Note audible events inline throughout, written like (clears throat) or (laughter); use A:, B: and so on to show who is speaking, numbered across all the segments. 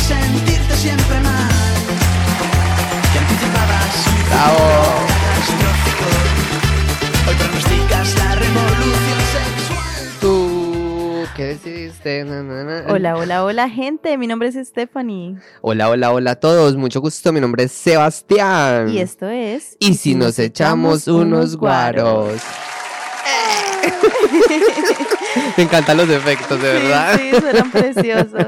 A: sentirte siempre mal. Te anticipabas mi
B: Bravo.
A: catastrófico. Hoy pronosticas la revolución sexual.
B: Tú que decidiste. na, na, na.
C: Hola, hola, hola, gente. Mi nombre es Stephanie.
B: Hola, hola, hola a todos. Mucho gusto. Mi nombre es Sebastián.
C: Y esto es.
B: Mm. Y si nos echamos unos guaros. (laughs) Me encantan los efectos, de
C: Sí,
B: verdad.
C: Sí, suenan preciosos.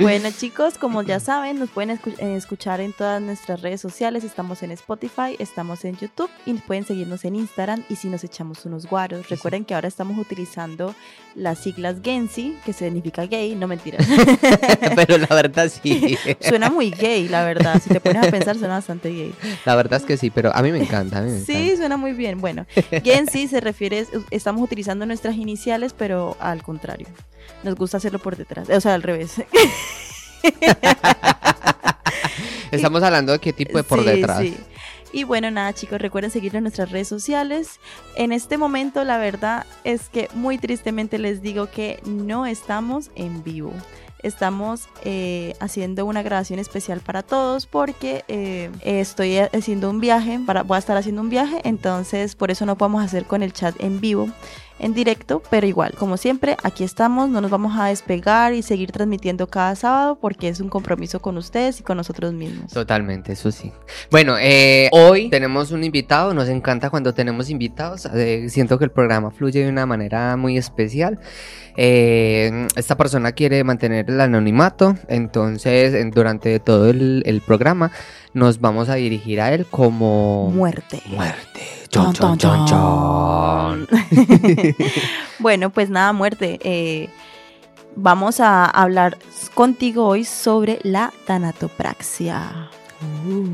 C: Bueno, chicos, como ya saben, nos pueden escu- eh, escuchar en todas nuestras redes sociales. Estamos en Spotify, estamos en YouTube y pueden seguirnos en Instagram. Y si nos echamos unos guaros, recuerden que ahora estamos utilizando las siglas Gensi, que significa gay, no
B: (laughs)
C: mentiras.
B: (laughs) Pero la verdad sí.
C: suena muy gay, la verdad. Si te pones a pensar, suena bastante gay.
B: La verdad es que sí, pero a mí me encanta. a mí me
C: Sí, suena muy bien. Bueno, Gensi se refiere, es- estamos utilizando nuestras iniciales, pero al contrario. Nos gusta hacerlo por detrás, o sea, al revés.
B: encanta. Estamos hablando de qué tipo de por
C: Sí,
B: detrás.
C: sí. Y bueno, nada chicos, recuerden seguirnos en nuestras redes sociales. En este momento la verdad es que muy tristemente les digo que no estamos en vivo. Estamos eh, haciendo una grabación especial para todos porque eh, estoy haciendo un viaje, para, voy a estar haciendo un viaje, entonces por eso no podemos hacer con el chat en vivo, en directo, pero igual, como siempre, aquí estamos, no nos vamos a despegar y seguir transmitiendo cada sábado porque es un compromiso con ustedes y con nosotros mismos.
B: Totalmente, eso sí. Bueno, eh, hoy tenemos un invitado, nos encanta cuando tenemos invitados, eh, siento que el programa fluye de una manera muy especial. Eh, esta persona quiere mantener el anonimato, entonces en- durante todo el, el programa nos vamos a dirigir a él como...
C: Muerte.
B: Muerte.
C: Chon,
B: Chon, chon,
C: chon,
B: chon, chon.
C: (laughs) Bueno, pues nada, muerte. eh, vamos a hablar contigo hoy sobre la tanatopraxia.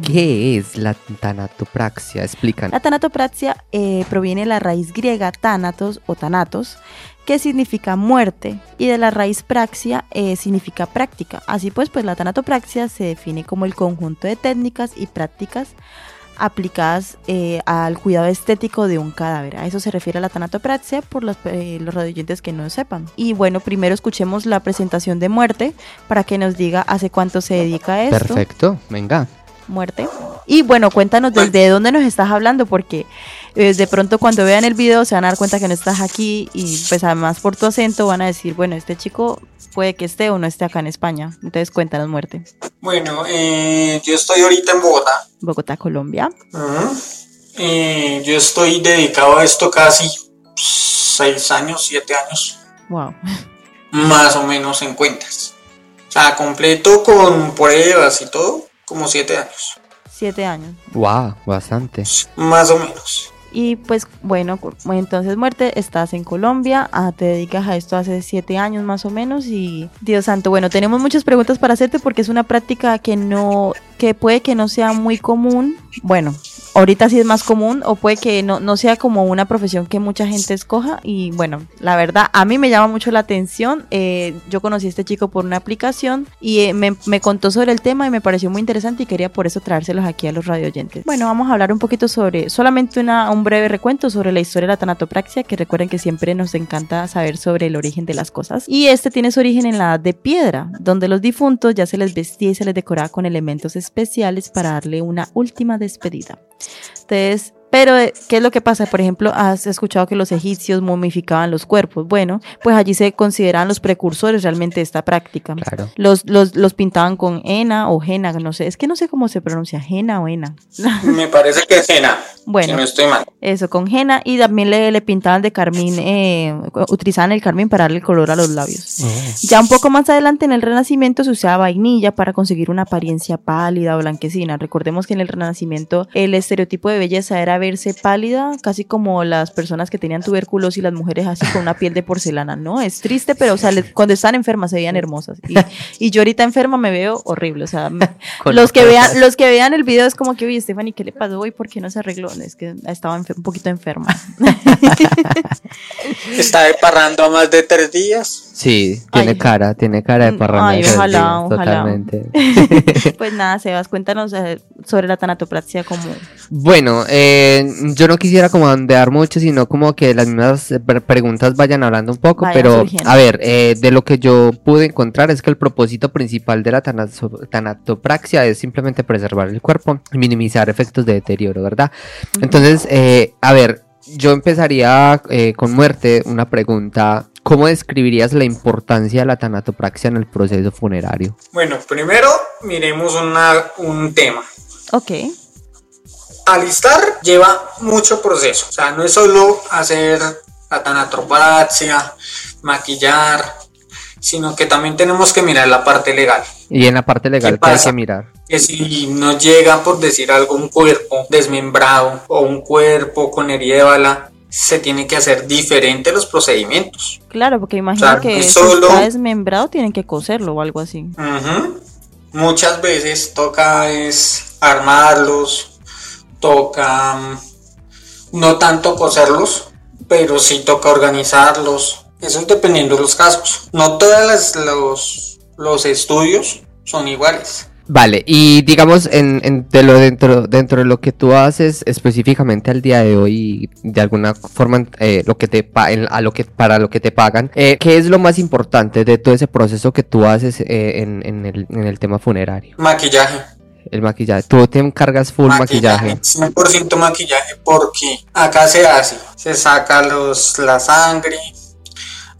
B: ¿Qué es la tanatopraxia? Explícanos.
C: La tanatopraxia eh, proviene de la raíz griega tánatos o tanatos, que significa muerte, y de la raíz praxia eh, significa práctica. Así pues, pues la tanatopraxia se define como el conjunto de técnicas y prácticas aplicadas eh, al cuidado estético de un cadáver. A eso se refiere la tanatopraxia por los, eh, los radioyentes que no sepan. Y bueno, primero escuchemos la presentación de muerte para que nos diga hace cuánto se dedica a esto
B: Perfecto, venga.
C: muerte. Y bueno, cuéntanos desde dónde nos estás hablando, porque eh, de pronto cuando vean el video se van a dar cuenta que no estás aquí y pues además por tu acento van a decir, bueno, este chico puede que esté o no esté acá en España. Entonces cuéntanos muerte.
D: Bueno, eh, yo estoy ahorita en Bogotá.
C: Bogotá, Colombia.
D: Ujú. Eh, yo estoy dedicado a esto casi pues, seis años, siete años,
C: Wow.
D: más o menos en cuentas. O sea, completo con pruebas y todo, como siete años,
C: (laughs) Siete años.
B: Wow, bastante.
D: más o (laughs) menos.
C: Y pues bueno, cu- entonces muerte, estás en Colombia, ah, te dedicas a esto hace siete años más o menos y Dios santo, bueno, tenemos muchas preguntas para hacerte porque es una práctica que no, que puede que no sea muy común, bueno, ahorita sí es más común o puede que no, no sea como una profesión que mucha gente escoja y bueno, la verdad, a mí me llama mucho la atención, eh, yo conocí a este chico por una aplicación y eh, me, me contó sobre el tema y me pareció muy interesante y quería por eso traérselos aquí a los radioyentes. Bueno, vamos a hablar un poquito sobre, solamente una, un breve recuento sobre la historia de la tanatopraxia, que recuerden que siempre nos encanta saber sobre el origen de las cosas. Y este tiene su origen en la edad de piedra, donde los difuntos ya se les vestía y se les decoraba con elementos especiales para darle una última despedida. Entonces, pero eh, ¿qué es lo que pasa? Por ejemplo, has escuchado que los egipcios momificaban los cuerpos. Bueno, pues allí se consideran los precursores realmente de esta práctica.
B: Claro.
C: Los, los, los pintaban con hena o jena, no sé, es que no sé cómo se pronuncia, jena o hena.
D: Me parece que es cena, si
C: Bueno,
D: no estoy mal.
C: eso, con jena y también le, le pintaban de carmín, eh, utilizaban el carmín para darle color a los labios. Ya un poco más adelante en el Renacimiento se usaba vainilla para conseguir una apariencia pálida o blanquecina. Recordemos que en el Renacimiento el estereotipo de belleza era verse pálida, casi como las personas que tenían tuberculosis y las mujeres así con una piel de porcelana. No, es triste, pero o sea, le- cuando están enfermas se veían hermosas. Y, y yo ahorita enferma me veo horrible. O sea, me-
B: Con
C: los que vean, los que vean el video es como que, oye, Stephanie, ¿qué le pasó hoy? ¿Por qué no se arregló? Es que estaba enfer- un poquito enferma.
D: Está de parrando a más de tres días.
B: Sí, tiene
C: Ay. Mm,
B: cara, tiene cara de parranda.
C: Ay,
B: eso sí,
C: ojalá, ojalá.
B: Totalmente.
C: pues nada, Sebas, cuéntanos, eh, sobre la tanatopraxia común?
B: Bueno, eh, yo no quisiera como andear mucho, sino como que las mismas eh, pre- preguntas vayan hablando un poco,
C: Vayan
B: pero
C: surgiendo.
B: a ver, eh, de lo que yo pude encontrar es que el propósito principal de la tanaso- tanatopraxia es simplemente preservar el cuerpo y minimizar efectos de deterioro, ¿verdad? Entonces, eh, a ver, yo empezaría eh, con muerte una pregunta. ¿Cómo describirías la importancia de la tanatopraxia en el proceso funerario?
D: Bueno, primero miremos una- un tema.
C: Ok,
D: Alistar lleva mucho proceso. O sea, no es solo hacer la tanatopraxia, maquillar, sino que también tenemos que mirar la parte legal.
B: Y en la parte legal, ¿qué hay
D: pasa?
B: que mirar?
D: Que si no llega, por decir algo, un cuerpo desmembrado o un cuerpo con herida de bala, se tiene que hacer diferente los procedimientos.
C: claro, porque imagino
D: sea,
C: que
D: y
C: si
D: pues solo-
C: está desmembrado tienen que coserlo o algo así.
D: Ujú. Muchas veces toca es armarlos, toca mm, no tanto coserlos, pero sí toca organizarlos. Eso es dependiendo de los casos. No todos los, los estudios son iguales.
B: Vale, y digamos, en, en- de lo dentro, dentro de lo que tú haces específicamente al día de hoy, y de alguna forma eh, lo que te pa- en- a lo que, para lo que te pagan, eh, ¿qué es lo más importante de todo ese proceso que tú haces eh, en, en el, en el tema funerario?
D: Maquillaje.
B: El maquillaje. Tú te encargas full maquillaje.
D: 100% maquillaje porque acá se hace, se saca los, la sangre,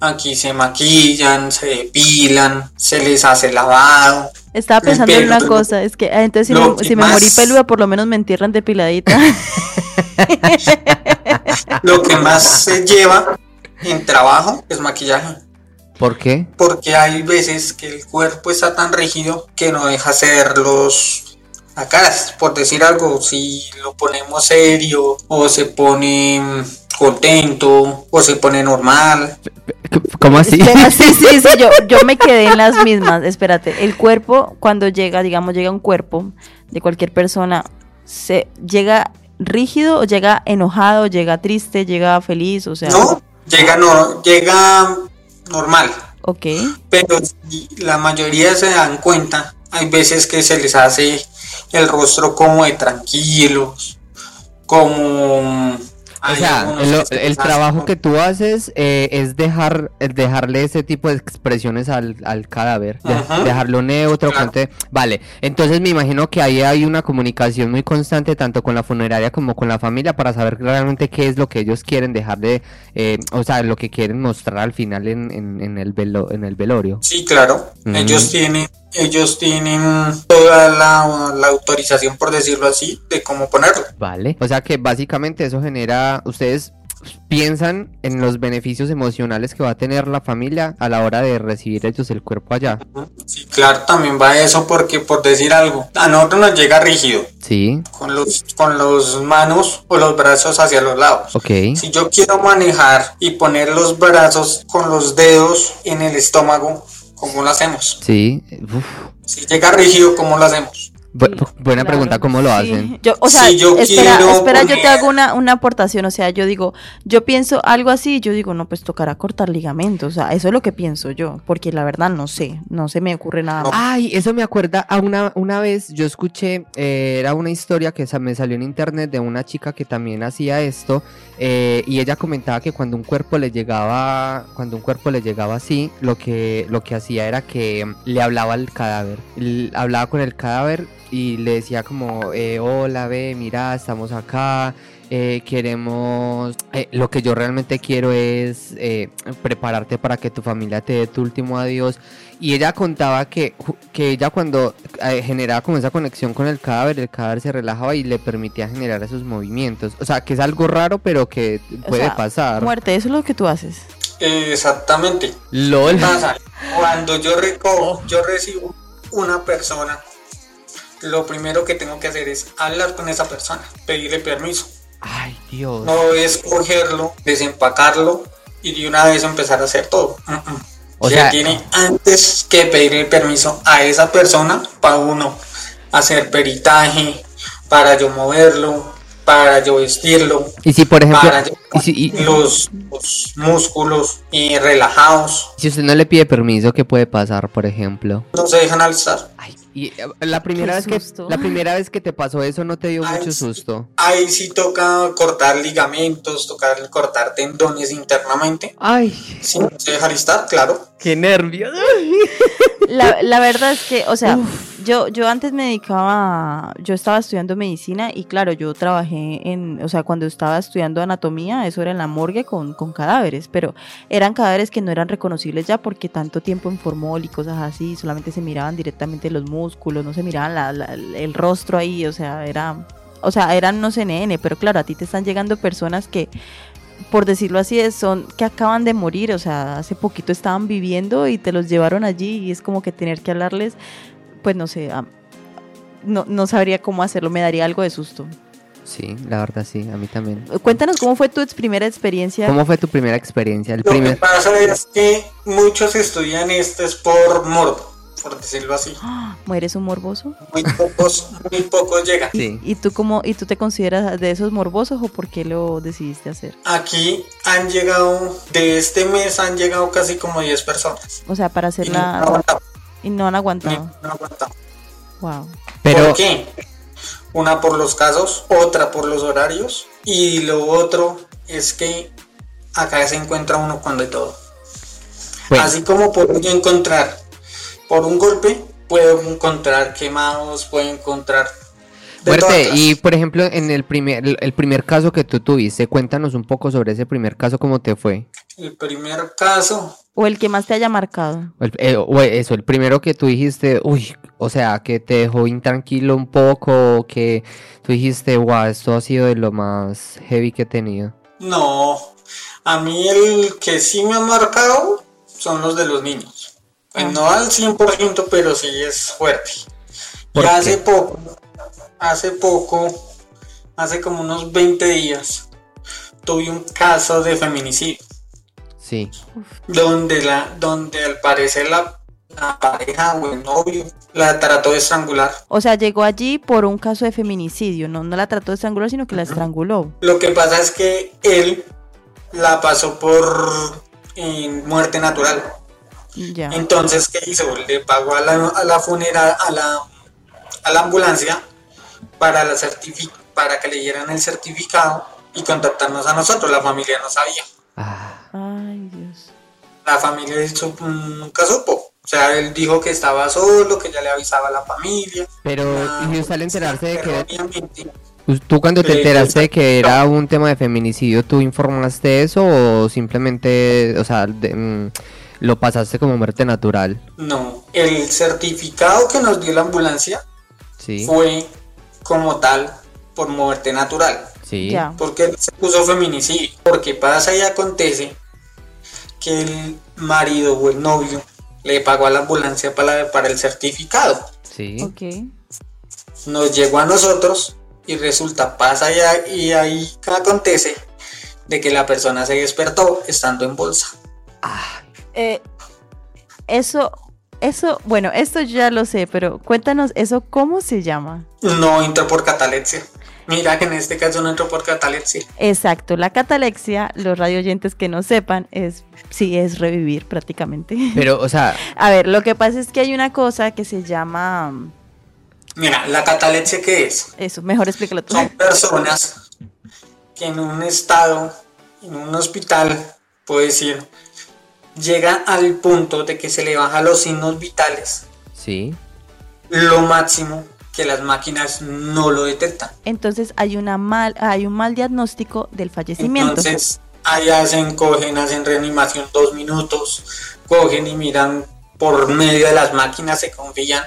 D: aquí se maquillan, se depilan, se les hace lavado.
C: Estaba
D: Me
C: pensando en
D: pelo,
C: una
D: pero-
C: cosa, es que ah, entonces si,
D: Lo
C: me,
D: que
C: si me morí
D: más-
C: peluda por lo menos me entierran
D: (laughs)
C: depiladita.
D: Lo que más se lleva en trabajo es maquillaje.
B: ¿Por qué?
D: Porque hay veces que el cuerpo está tan rígido que no deja hacer los la cara. Por decir algo, si lo ponemos serio o se pone mm, contento o se pone normal.
B: (laughs) ¿Cómo así?
C: Espera, sí, sí, sí, yo, yo me quedé en las mismas. Espérate, el cuerpo, cuando llega, digamos, llega un cuerpo de cualquier persona, se llega rígido o llega enojado, llega triste, llega feliz, o sea,
D: No, llega no, llega normal.
C: ok,
D: Pero si la mayoría se dan cuenta, hay veces que se les hace el rostro como de tranquilos, como
B: O
D: hay
B: sea,
D: algunos
B: lo-
D: que se les
B: el
D: hace
B: trabajo
D: como-
B: que tú haces eh, es dejar es dejarle ese tipo de expresiones al, al cadáver, de-
D: Ajá.
B: dejarlo neutro,
D: Claro.
B: conte- Vale, entonces me imagino que ahí hay una comunicación muy constante tanto con la funeraria como con la familia para saber realmente qué es lo que ellos quieren dejar de, eh, o sea, lo que quieren mostrar al final en, en- en el, velo, en el velorio.
D: Sí, claro.
B: Mm.
D: Ellos tienen, ellos tienen toda la, la autorización, por decirlo así, de cómo ponerlo.
B: Vale. O sea que básicamente eso genera, ustedes piensan en los beneficios emocionales que va a tener la familia a la hora de recibir ellos el cuerpo allá.
D: Sí, claro, también va eso porque, por decir algo, a nosotros nos llega rígido,
B: Sí,
D: con los, con los manos o los brazos hacia los lados.
B: ok.
D: Si yo quiero manejar y poner los brazos con los dedos en el estómago, ¿cómo lo hacemos?
B: Sí. uf.
D: Si llega rígido, ¿cómo lo hacemos?
B: Bu-
C: Sí,
B: bu- buena
C: claro,
B: pregunta, ¿cómo lo
C: sí.
B: hacen?
C: Yo, o sea,
D: Si yo
C: espera,
D: quiero
C: espera, yo te
D: poner-
C: hago una, una aportación, o sea, yo digo, yo pienso algo así, yo digo, no, pues tocará cortar ligamentos, o sea, eso es lo que pienso yo, porque la verdad no sé, no se me ocurre nada
D: No.
C: más.
B: Ay, eso me acuerda a una, una vez, yo escuché, eh, era una historia que sa- me salió en internet de una chica que también hacía esto, eh, y ella comentaba que cuando un cuerpo le llegaba, cuando un cuerpo le llegaba así, lo que, lo que hacía era que mm, le hablaba al cadáver, l- hablaba con el cadáver y le decía como, eh, hola, ve, mira, estamos acá, eh, queremos, eh, lo que yo realmente quiero es eh, prepararte para que tu familia te dé tu último adiós. Y ella contaba que, ju- que ella cuando eh, generaba como esa conexión con el cadáver, el cadáver se relajaba y le permitía generar esos movimientos. O sea, que es algo raro, pero que
C: O
B: puede
C: sea,
B: pasar.
C: Muerte, eso es lo que tú haces.
D: Eh, Exactamente.
B: LOL.
C: Ah.
D: pasa? Cuando yo recojo, yo recibo una persona, lo primero que tengo que hacer es hablar con esa persona, pedirle permiso.
B: Ay, Dios.
D: No es cogerlo, desempacarlo y de una vez empezar a hacer todo. Mm, mm.
B: O
D: Se
B: sea-
D: tiene antes que pedirle permiso a esa persona para uno hacer peritaje, para yo moverlo, para yo vestirlo,
B: Y si, por ejemplo,
D: para yo-
B: y si, y-
D: los, los músculos y relajados,
B: si usted no le pide permiso, ¿qué puede pasar, por ejemplo?
D: no se dejan alzar.
B: Ay, y eh, la primera, vez que,
C: susto.
B: la primera vez que te pasó eso no te dio
D: Ay,
B: mucho
D: sí.
B: susto.
D: Ahí sí toca cortar ligamentos, tocar cortar tendones internamente.
B: Ay,
D: Si no se deja alistar, claro.
B: qué nervios.
C: La, la verdad es que, o sea, yo, yo antes me dedicaba, yo estaba estudiando medicina y claro, yo trabajé en, o sea, cuando estaba estudiando anatomía, eso era en la morgue con, con cadáveres, pero eran cadáveres que no eran reconocibles ya porque tanto tiempo en formol y cosas así, solamente se miraban directamente los músculos, no se miraban la- la- el rostro ahí, o sea, era... O sea, eran no CNN, pero claro, a ti te están llegando personas que por decirlo así, es- son que acaban de morir, o sea, hace poquito estaban viviendo y te los llevaron allí y es como que tener que hablarles, pues no sé, am- no, no sabría cómo hacerlo, me daría algo de susto.
B: Sí, la verdad sí, a mí también.
C: Cuéntanos cómo fue tu ex- primera experiencia.
B: ¿Cómo fue tu primera experiencia? El
D: Lo que
B: primer...
D: pasa es que muchos estudian esto es por morbo, por decirlo así.
C: ¡Ah! (gasps) ¿Mueres un morboso?
D: Muy pocos, muy pocos llegan.
B: Sí.
C: ¿Y tú cómo, y tú te consideras de esos morbosos o por qué lo decidiste hacer?
D: Aquí han llegado, de este mes han llegado casi como 10 personas.
C: O sea, para
D: Y
C: hacer
D: no han
C: la...
D: aguantado,
C: Y no han aguantado.
D: no han aguantado.
C: Wow.
B: Pero,
D: ¿Por qué? Una por los casos, otra por los horarios y lo otro es que acá se encuentra uno cuando hay todo.
B: bueno,
D: Así como puedo yo encontrar por un golpe, puedo encontrar quemados, puedo encontrar... de todas
B: Fuerte,
D: clases.
B: y por ejemplo, en el primer, el primer caso que tú tuviste, cuéntanos un poco sobre ese primer caso, cómo te fue.
D: El primer caso,
C: O el que más te haya marcado.
B: O el- eh, o eso, el primero que tú dijiste, uy, o sea, que te dejó intranquilo un poco, o que tú dijiste, wow, esto ha sido de lo más heavy que he tenido.
D: no. A mí el que sí me ha marcado son los de los niños. Pues
C: Ah.
D: no al 100%, pero sí es fuerte. Y
B: ¿Por
D: hace
B: qué?
D: poco, hace poco, hace como unos 20 días, tuve un caso de feminicidio.
B: Sí,
D: donde la donde al parecer la, la pareja o el novio la trató de estrangular.
C: O sea, llegó allí por un caso de feminicidio. No, no la trató de estrangular, sino que la estranguló.
D: Lo que pasa es que él la pasó por en muerte natural.
C: Ya.
D: Entonces, ¿qué hizo? Le pagó a la, a la funera- a la, a la ambulancia para, la certifi- para que le dieran el certificado y contactarnos a nosotros. La familia no sabía.
B: ah,
C: Ay, Dios.
D: La familia él sup- nunca supo. O sea, él dijo que estaba solo, que ya le avisaba a la familia.
B: pero y usted al enterarse de que,
D: Erróneamente.
B: Pues, tú cuando te
D: Eh,
B: enteraste de que
D: exacto.
B: era un tema de feminicidio, ¿tú informaste eso o simplemente, o sea, de- mm, lo pasaste como muerte natural?
D: No, el certificado que nos dio la ambulancia
B: Sí,
D: fue como tal por muerte natural.
B: sí.
C: Ya.
D: Porque él se puso feminicidio. Porque pasa y acontece que el marido o el novio le pagó a la ambulancia para, para el certificado.
B: Sí.
C: Ok.
D: Nos llegó a nosotros y resulta, pasa y, a- y ahí acontece de que la persona se despertó estando en bolsa.
C: Eh, eso, eso, bueno, esto yo ya lo sé, pero cuéntanos eso, ¿cómo se llama?
D: No entró por catalepsia. Mira que en este caso no entró por catalepsia.
C: Exacto, la catalexia, los radioyentes que no sepan, es, sí, es revivir prácticamente.
B: Pero, o sea,
C: (laughs) A ver, lo que pasa es que hay una cosa que se llama, mm,
D: Mira, la catalepsia qué es?
C: eso, mejor explícalo tú.
D: Son personas que en un estado, en un hospital, puedo decir, llega al punto de que se le baja los signos vitales,
B: sí.
D: lo máximo que las máquinas no lo detectan.
C: Entonces hay una mal, hay un mal diagnóstico del fallecimiento.
D: Entonces, ahí hacen, cogen, hacen reanimación dos minutos, cogen y miran por medio de las máquinas, se confían.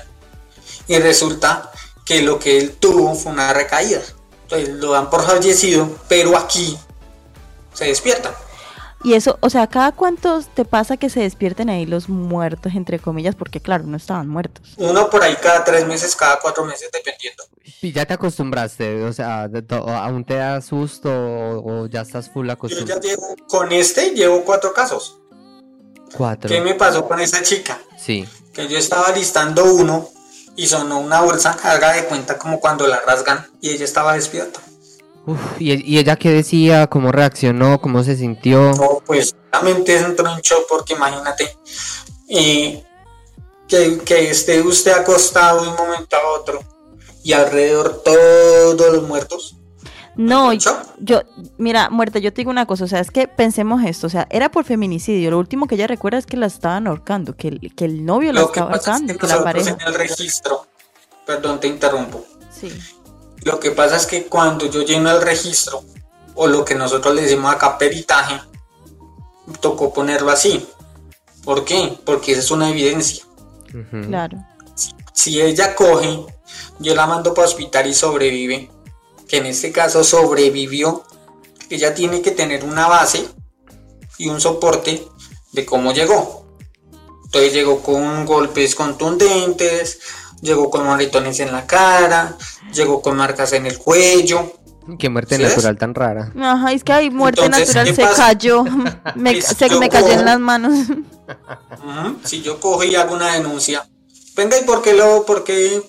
D: Y resulta que lo que él tuvo fue una recaída. Entonces lo dan por fallecido, pero aquí se despierta.
C: Y eso, o sea, ¿cada cuánto te pasa que se despierten ahí los muertos, entre comillas? Porque claro, no estaban muertos.
D: Uno por ahí cada tres meses, cada cuatro meses, dependiendo.
B: Y ya te acostumbraste, o sea, de to- aún te da susto o, o ya estás full
D: Yo ya
B: acostumbrado.
D: llevo, con este llevo cuatro casos.
B: Cuatro.
D: ¿Qué me pasó con esa chica?
B: Sí,
D: que yo estaba listando uno y sonó una bolsa, haga de cuenta como cuando la rasgan y ella estaba despierta.
B: Uf, ¿y, y ella qué decía? ¿Cómo reaccionó? ¿Cómo se sintió?
D: No, pues realmente entró en shock porque imagínate eh, que, que esté usted acostado de un momento a otro y alrededor todos los muertos.
C: No, yo,
D: ¿Shock?
C: yo- mira, muerte, yo te digo una cosa, o sea, es que pensemos esto, o sea, era por feminicidio, lo último que ella recuerda es que la estaban ahorcando, que el, que el novio la
D: Lo que
C: estaba
D: pasa es
C: ahorcando,
D: que
C: que, la
D: nosotros
C: pareja.
D: en el registro, perdón, te interrumpo.
C: Sí.
D: Lo que pasa es que cuando yo lleno el registro, o lo que nosotros le decimos acá peritaje, tocó ponerlo así. ¿Por qué? Porque esa es una evidencia.
B: Ujú.
C: Claro.
D: Si ella coge, yo la mando para hospital y sobrevive, que en este caso sobrevivió, ella tiene que tener una base y un soporte de cómo llegó. Entonces llegó con golpes contundentes, llegó con moretones en la cara, llegó con marcas en el cuello.
B: Qué muerte
D: ¿Sí
B: natural tan rara.
C: Ajá, es que hay muerte
D: Entonces,
C: natural,
D: ¿qué
C: se
D: pasa? (laughs)
C: cayó, me,
D: Pues,
C: se
D: yo-
C: me cayó en las manos. (laughs)
D: Ujú. Si yo cojo y hago una denuncia, venga, ¿y por qué lo, por qué,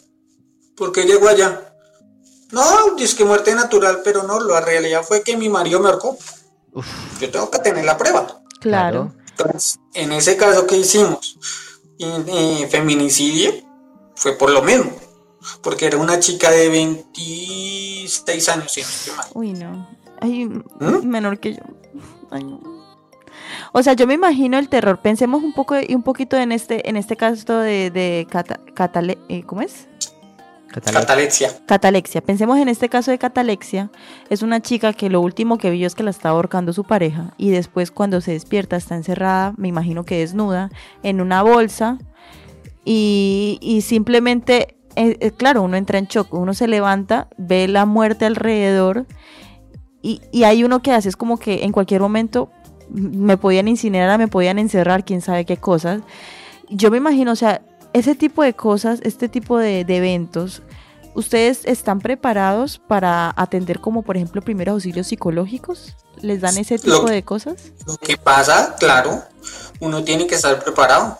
D: por qué llegó allá? No, es que muerte natural, pero no, la realidad fue que mi marido me ahorcó. Yo tengo que tener la prueba.
C: Claro.
D: Entonces, en ese caso que hicimos, En- eh, feminicidio, fue por lo mismo, porque era una chica de 26 años, si no estoy mal.
C: Uy, no. Ay, m-
D: ¿Mm?
C: menor que yo. Ay, no. O sea, yo me imagino el terror. Pensemos un poco y un poquito en este, en este caso de, de cata- catale- eh, ¿cómo es?
B: Catalán.
D: Catalepsia.
C: Catalexia. Pensemos en este caso de catalexia. Es una chica que lo último que vio es que la estaba ahorcando su pareja y después cuando se despierta está encerrada, me imagino que desnuda, en una bolsa y, y simplemente, eh, eh, claro, uno entra en shock, uno se levanta, ve la muerte alrededor y, y hay uno que hace, es como que en cualquier momento m- me podían incinerar, me podían encerrar, quién sabe qué cosas. Yo me imagino, o sea, ese tipo de cosas, este tipo de, de eventos, ¿ustedes están preparados para atender como, por ejemplo, primeros auxilios psicológicos? ¿Les dan ese
D: Lo-
C: tipo de cosas?
D: Lo que pasa, claro, uno tiene que estar preparado.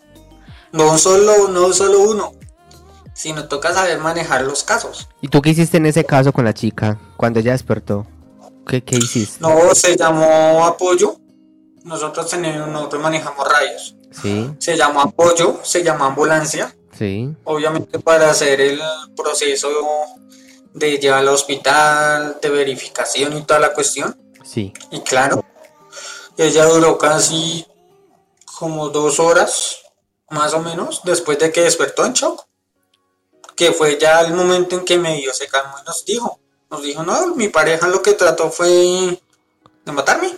D: No solo, no solo uno, sino toca saber manejar los casos.
B: ¿Y tú qué hiciste en ese caso con la chica cuando ella despertó? ¿Qué, qué hiciste?
D: No, se llamó apoyo. Nosotros tenemos, nosotros manejamos rayos.
B: Sí,
D: Se llamó apoyo, se llamó ambulancia,
B: sí.
D: obviamente para hacer el proceso de llevar al hospital, de verificación y toda la cuestión.
B: Sí.
D: Y claro, ella duró casi como dos horas, más o menos, después de que despertó en shock. Que fue ya el momento en que medio se calmó y nos dijo, nos dijo, no, mi pareja lo que trató fue de matarme.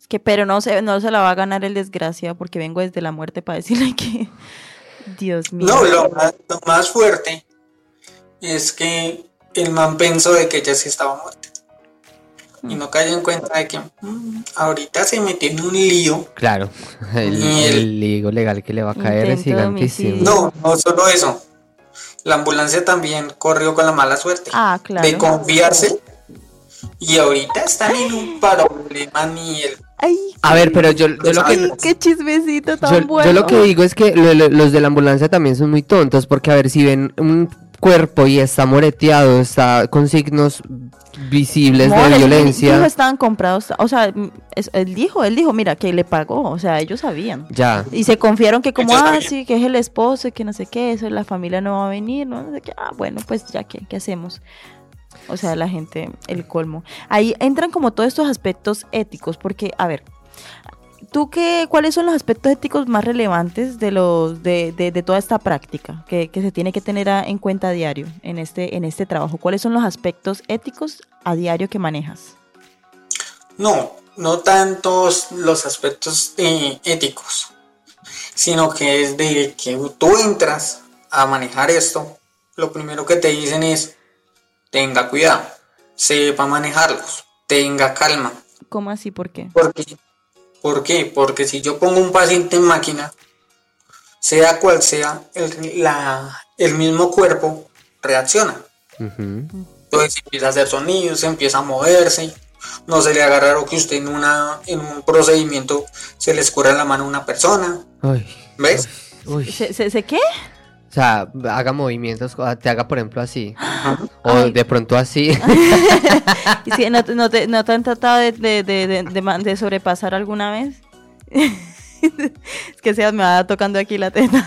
C: Es que, pero no se, no se la va a ganar el desgracia porque vengo desde la muerte para decirle que... Dios mío.
D: No, lo más, lo más fuerte es que el man pensó de que ella sí estaba muerta. Y no cayó en cuenta de que "Mm, ahorita se metió en un lío.
B: Claro. (laughs) El,
D: Miel.
B: el ligo legal que le va a caer es
C: Intento de
B: gigantísimo.
C: homicidio.
D: No, no solo eso. La ambulancia también corrió con la mala suerte
C: Ah, claro.
D: de confiarse. Y ahorita están en un problema ni el.
C: Ay,
B: A ver, pero yo, yo lo
D: Ay,
B: que...
C: qué chismecito tan
B: Yo, yo
C: bueno.
B: lo que digo es que lo- lo- los de la ambulancia también son muy tontos porque a ver si ven un cuerpo y está moreteado, está con signos visibles
C: No, él
B: de
C: dijo-
B: violencia.
C: dijo, estaban comprados. O sea, mm, es- él dijo, él dijo, mira, que le pagó. O sea, ellos sabían.
B: Ya.
C: Y se confiaron que como,
D: Ellos
C: ah,
D: sabían.
C: sí, que es el esposo, y que no sé qué, eso, la familia no va a venir, no, no sé qué. Ah, bueno, pues ya, ¿qué, qué hacemos? O sea, la gente, el colmo. Ahí entran como todos estos aspectos éticos, porque, a ver, ¿tú qué, cuáles son los aspectos éticos más relevantes de los, de, de- de toda esta práctica que, que se tiene que tener a- en cuenta a diario en este, en este trabajo? ¿Cuáles son los aspectos éticos a diario que manejas?
D: No, no tantos los aspectos eh, éticos, sino que es de que tú entras a manejar esto. Lo primero que te dicen es: tenga cuidado, sepa manejarlos, tenga calma.
C: ¿Cómo así? ¿Por qué?
D: ¿Por qué? ¿Por qué? Porque si yo pongo un paciente en máquina, sea cual sea, el, la- el mismo cuerpo reacciona.
B: Ujú.
D: Entonces empieza a hacer sonidos, empieza a moverse. No se le haga raro que usted en, una, en un procedimiento se le escurra la mano a una persona.
B: Ay,
D: ¿Ves?
B: uy.
C: ¿Se, se, se qué?
B: O sea, haga movimientos, o te haga por ejemplo así. O
C: Ay.
B: de pronto así.
C: ¿Y si no, no te, no te han tratado de, de- de- de- de man- de sobrepasar alguna vez? (laughs) es que seas me va tocando aquí la teta.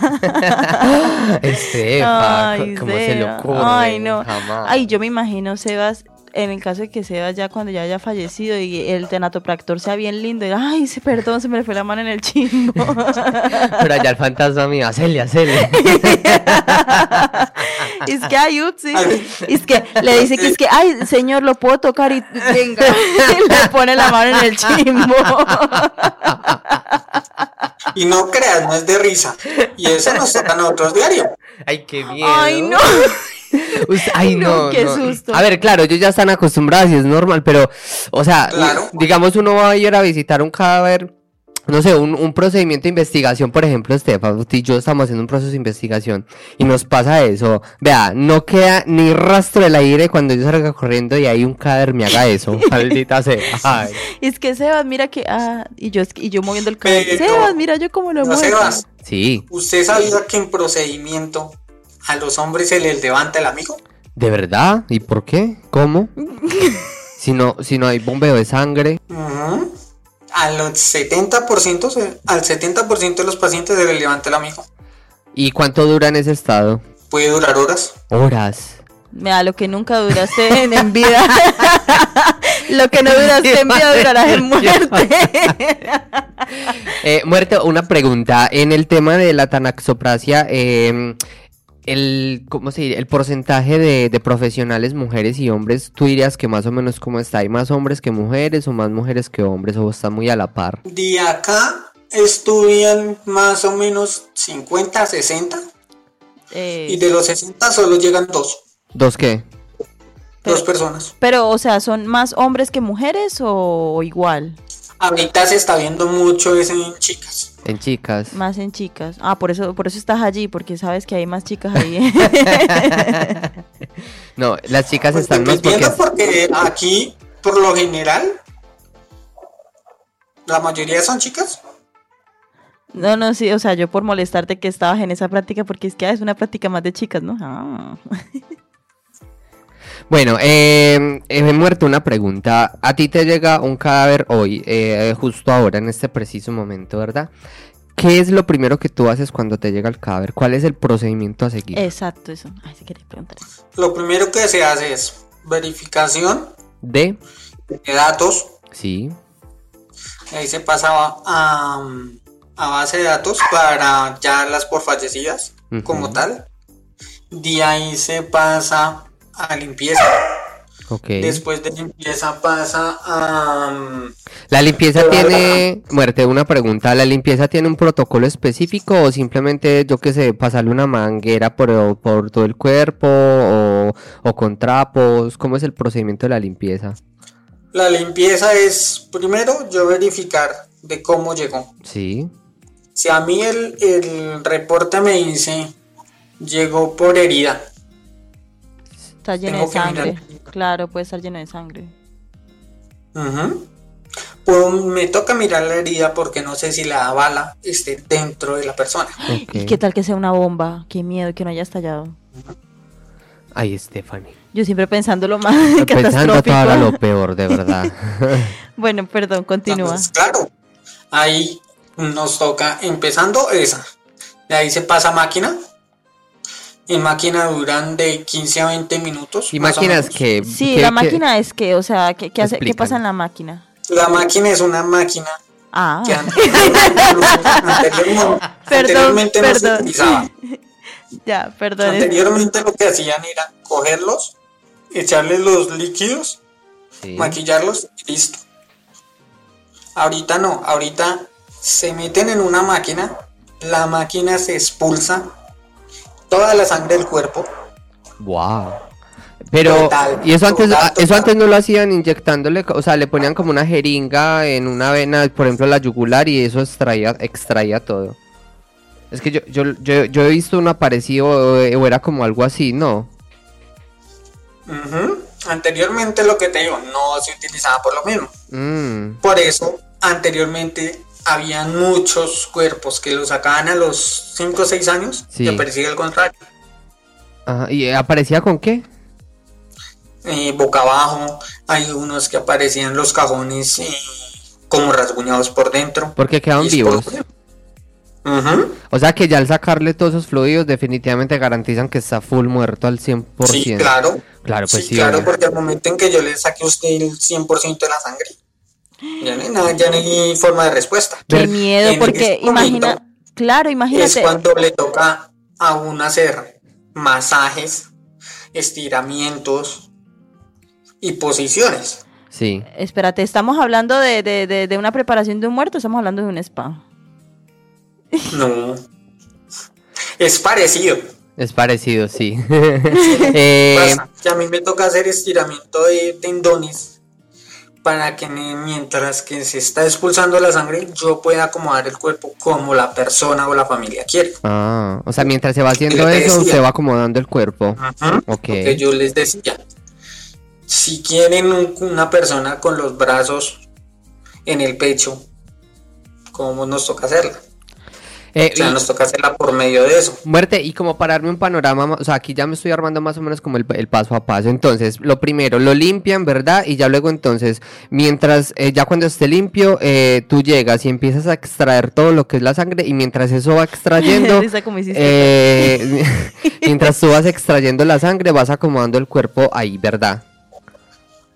B: (laughs) Estefa,
C: Ay,
B: Este, ¿cómo se le
C: Seba.
B: ocurre?
C: Ay, no.
B: Jamás.
C: Ay, yo me imagino, Sebas, en el caso de que Sebas ya cuando ya haya fallecido y el tenatopractor sea bien lindo, y, ay, se- perdón, se me fue la mano en el chimbo.
B: Pero allá el fantasma mío, hacele, hacele.
C: (laughs) es que, ay, upsi. Es que le dice que es que, ay, señor, lo puedo tocar y venga, (laughs) y le pone la mano en el chimbo.
D: Y no creas, no es de risa. Y eso nos toca a nosotros diario.
B: Ay, qué miedo.
C: ay, no.
B: Usted- ay, no,
C: No, qué
B: no.
C: susto.
B: A ver, claro, ellos ya están acostumbrados y es normal, pero, o sea,
D: Claro.
B: digamos uno va a ir a visitar un cadáver, no sé, un, un procedimiento de investigación, por ejemplo, Estefa, usted y yo estamos haciendo un proceso de investigación y nos pasa eso. Vea, no queda ni rastro del aire cuando yo salga corriendo y ahí un cadáver me haga eso. (laughs) Maldita sea. Ay.
C: Es que Sebas, mira que, ah, y yo, y yo moviendo el cabello.
D: Pero-
C: Sebas, mira yo cómo lo
D: No
C: muevo.
D: se vas.
B: Sí,
D: ¿Usted sabía que en procedimiento a los hombres se les levanta el amigo?
B: ¿de verdad? ¿Y por qué?
D: (laughs)
B: ¿Cómo? Si no, si no hay bombeo de sangre.
D: Ujú. A los 70%, se- al 70% de los pacientes se les levanta el amigo.
B: ¿Y cuánto dura en ese estado?
D: Puede durar horas.
B: Horas.
C: Mira, lo que nunca duraste en, en vida. (laughs) lo que no duraste en vida durarás
D: (laughs)
C: en muerte.
B: Eh, Muerto, una pregunta. En el tema de la tanaxoprasia, eh, el, ¿cómo se diría? el porcentaje de, de profesionales, mujeres y hombres, ¿tú dirías que más o menos cómo está? ¿Hay más hombres que mujeres o más mujeres que hombres? ¿O está muy a la par?
D: De acá estudian más o menos 50, 60. Y
C: Eh,
D: de los 60 solo llegan dos.
B: ¿Dos qué?
D: Dos personas.
C: pero, o sea, ¿son más hombres que mujeres o igual?
D: Ahorita se está viendo mucho eso en chicas.
B: En chicas.
C: Más en chicas. Ah, por eso, por eso estás allí, porque sabes que hay más chicas ahí.
B: (laughs)
C: (laughs)
B: no, las chicas
D: Pues
B: están más porque...
D: dependiendo porque aquí, por lo general, la mayoría son chicas.
C: no, no, sí, o sea, yo por molestarte que estabas en esa práctica, porque es que ah, es una práctica más de chicas, ¿no? Ah.
B: Bueno, eh, eh, me he muerto una pregunta. A ti te llega un cadáver hoy, eh, justo ahora, en este preciso momento, ¿verdad? ¿Qué es lo primero que tú haces cuando te llega el cadáver? ¿Cuál es el procedimiento a seguir?
C: Exacto, eso. Ay, se quería preguntar.
D: Lo primero que se hace es verificación
B: De,
D: de datos.
B: sí,
D: De Ahí se pasa a, a base de datos para ya las por fallecidas
B: Ujú.
D: como tal. De ahí se pasa a limpieza.
B: ok.
D: Después de limpieza pasa a...
B: ¿La limpieza tiene, muerte, una pregunta, ¿la limpieza tiene un protocolo específico o simplemente, yo qué sé, pasarle una manguera por, por todo el cuerpo o, o con trapos? ¿Cómo es el procedimiento de la limpieza?
D: La limpieza es primero yo verificar de cómo llegó.
B: Sí,
D: Si a mí el, el reporte me dice llegó por herida,
C: Está lleno
D: Tengo
C: de
D: que
C: sangre.
D: mirar.
C: Claro, puede estar lleno de sangre.
D: ujú, pues me toca mirar la herida porque no sé si la bala esté dentro de la persona.
B: ok.
C: ¿Y qué tal que sea una bomba? Qué miedo que no haya estallado.
B: Ay, Stephanie.
C: Yo siempre pensando lo más
B: (laughs)
C: (laughs)
B: Pensando
C: catastrófico.
B: todo ahora lo peor, de (laughs) verdad.
C: (laughs) Bueno, perdón, continúa.
D: Entonces, claro, ahí nos toca empezando esa. De ahí se pasa a máquina. En máquina duran de 15 a 20 minutos.
B: ¿Y
D: más o
B: máquinas
D: menos.
B: que...
C: Sí,
B: que-
C: la
B: que-
C: máquina es que, o sea, ¿qué, qué hace, ¿qué
B: Explícalo.
C: pasa en la máquina?
D: La máquina es una máquina
C: Ah,
D: que (laughs) anteriormente, anteriormente-
C: perdón,
D: anteriormente no se
C: perdón.
D: utilizaba.
C: (laughs) ya, perdón. es-
D: Anteriormente lo que hacían era cogerlos, echarles los líquidos,
B: Sí.
D: maquillarlos y listo. Ahorita no, ahorita se meten en una máquina, la máquina se expulsa toda la sangre del cuerpo.
B: Wow. Pero,
D: Total,
B: y eso antes,
D: total,
B: a- eso
D: total.
B: antes no lo hacían inyectándole, o sea, le ponían como una jeringa en una vena, por ejemplo, la yugular, y eso extraía, extraía todo. Es que yo, yo, yo, yo he visto uno parecido, eh, o era como algo así, ¿no?
D: Ujú. Anteriormente lo que te digo, no se utilizaba por lo mismo.
B: Mm,
D: Por eso, anteriormente habían muchos cuerpos que los sacaban a los 5 o 6 años
B: Sí.
D: y aparecía el contrario.
B: ajá, ¿Y aparecía con qué?
D: eh, boca abajo, hay unos que aparecían los cajones eh, como rasguñados por dentro.
B: Porque quedaban
D: Y es por-
B: vivos.
D: Ujú.
B: O sea que ya al sacarle todos esos fluidos definitivamente garantizan que está full muerto al 100%.
D: Sí, claro.
B: Claro, pues
D: sí,
B: sí.
D: claro,
B: obvio.
D: porque al momento en que yo le saque a usted el 100% de la sangre, ya no hay nada, ya no hay forma de respuesta.
C: Qué
B: Ver-
C: miedo,
D: en
C: porque
D: este
C: imagina,
D: momento
C: claro,
D: Es
C: imagínate.
D: cuando le toca a uno hacer masajes, estiramientos y posiciones.
B: Sí.
C: Espérate, estamos hablando de, de- de- de una preparación de un muerto, estamos hablando de un spa.
D: No. Es parecido.
B: Es parecido,
C: (laughs)
B: sí. Eh,
D: pasa que a mí me toca hacer estiramiento de tendones para que me- mientras que se está expulsando la sangre yo pueda acomodar el cuerpo como la persona o la familia quiere.
B: ah, o sea, mientras se va haciendo
D: Lo que
B: eso,
D: decía.
B: se va acomodando el cuerpo.
D: Ajá.
B: Ok.
D: Lo que yo les decía, si quieren un- una persona con los brazos en el pecho, ¿cómo nos toca hacerla?
B: Eh,
D: O sea,
B: y-
D: nos toca hacerla por medio de eso.
B: Muerte, y como para darme un panorama, ma- o sea, aquí ya me estoy armando más o menos como el, el paso a paso. Entonces, lo primero, lo limpian, ¿verdad? Y ya luego entonces, mientras, eh, ya cuando esté limpio, eh, tú llegas y empiezas a extraer todo lo que es la sangre y mientras eso va extrayendo...
C: (laughs) Risa como hiciste.
B: eh, (laughs) mientras tú vas extrayendo la sangre, vas acomodando el cuerpo ahí, ¿verdad?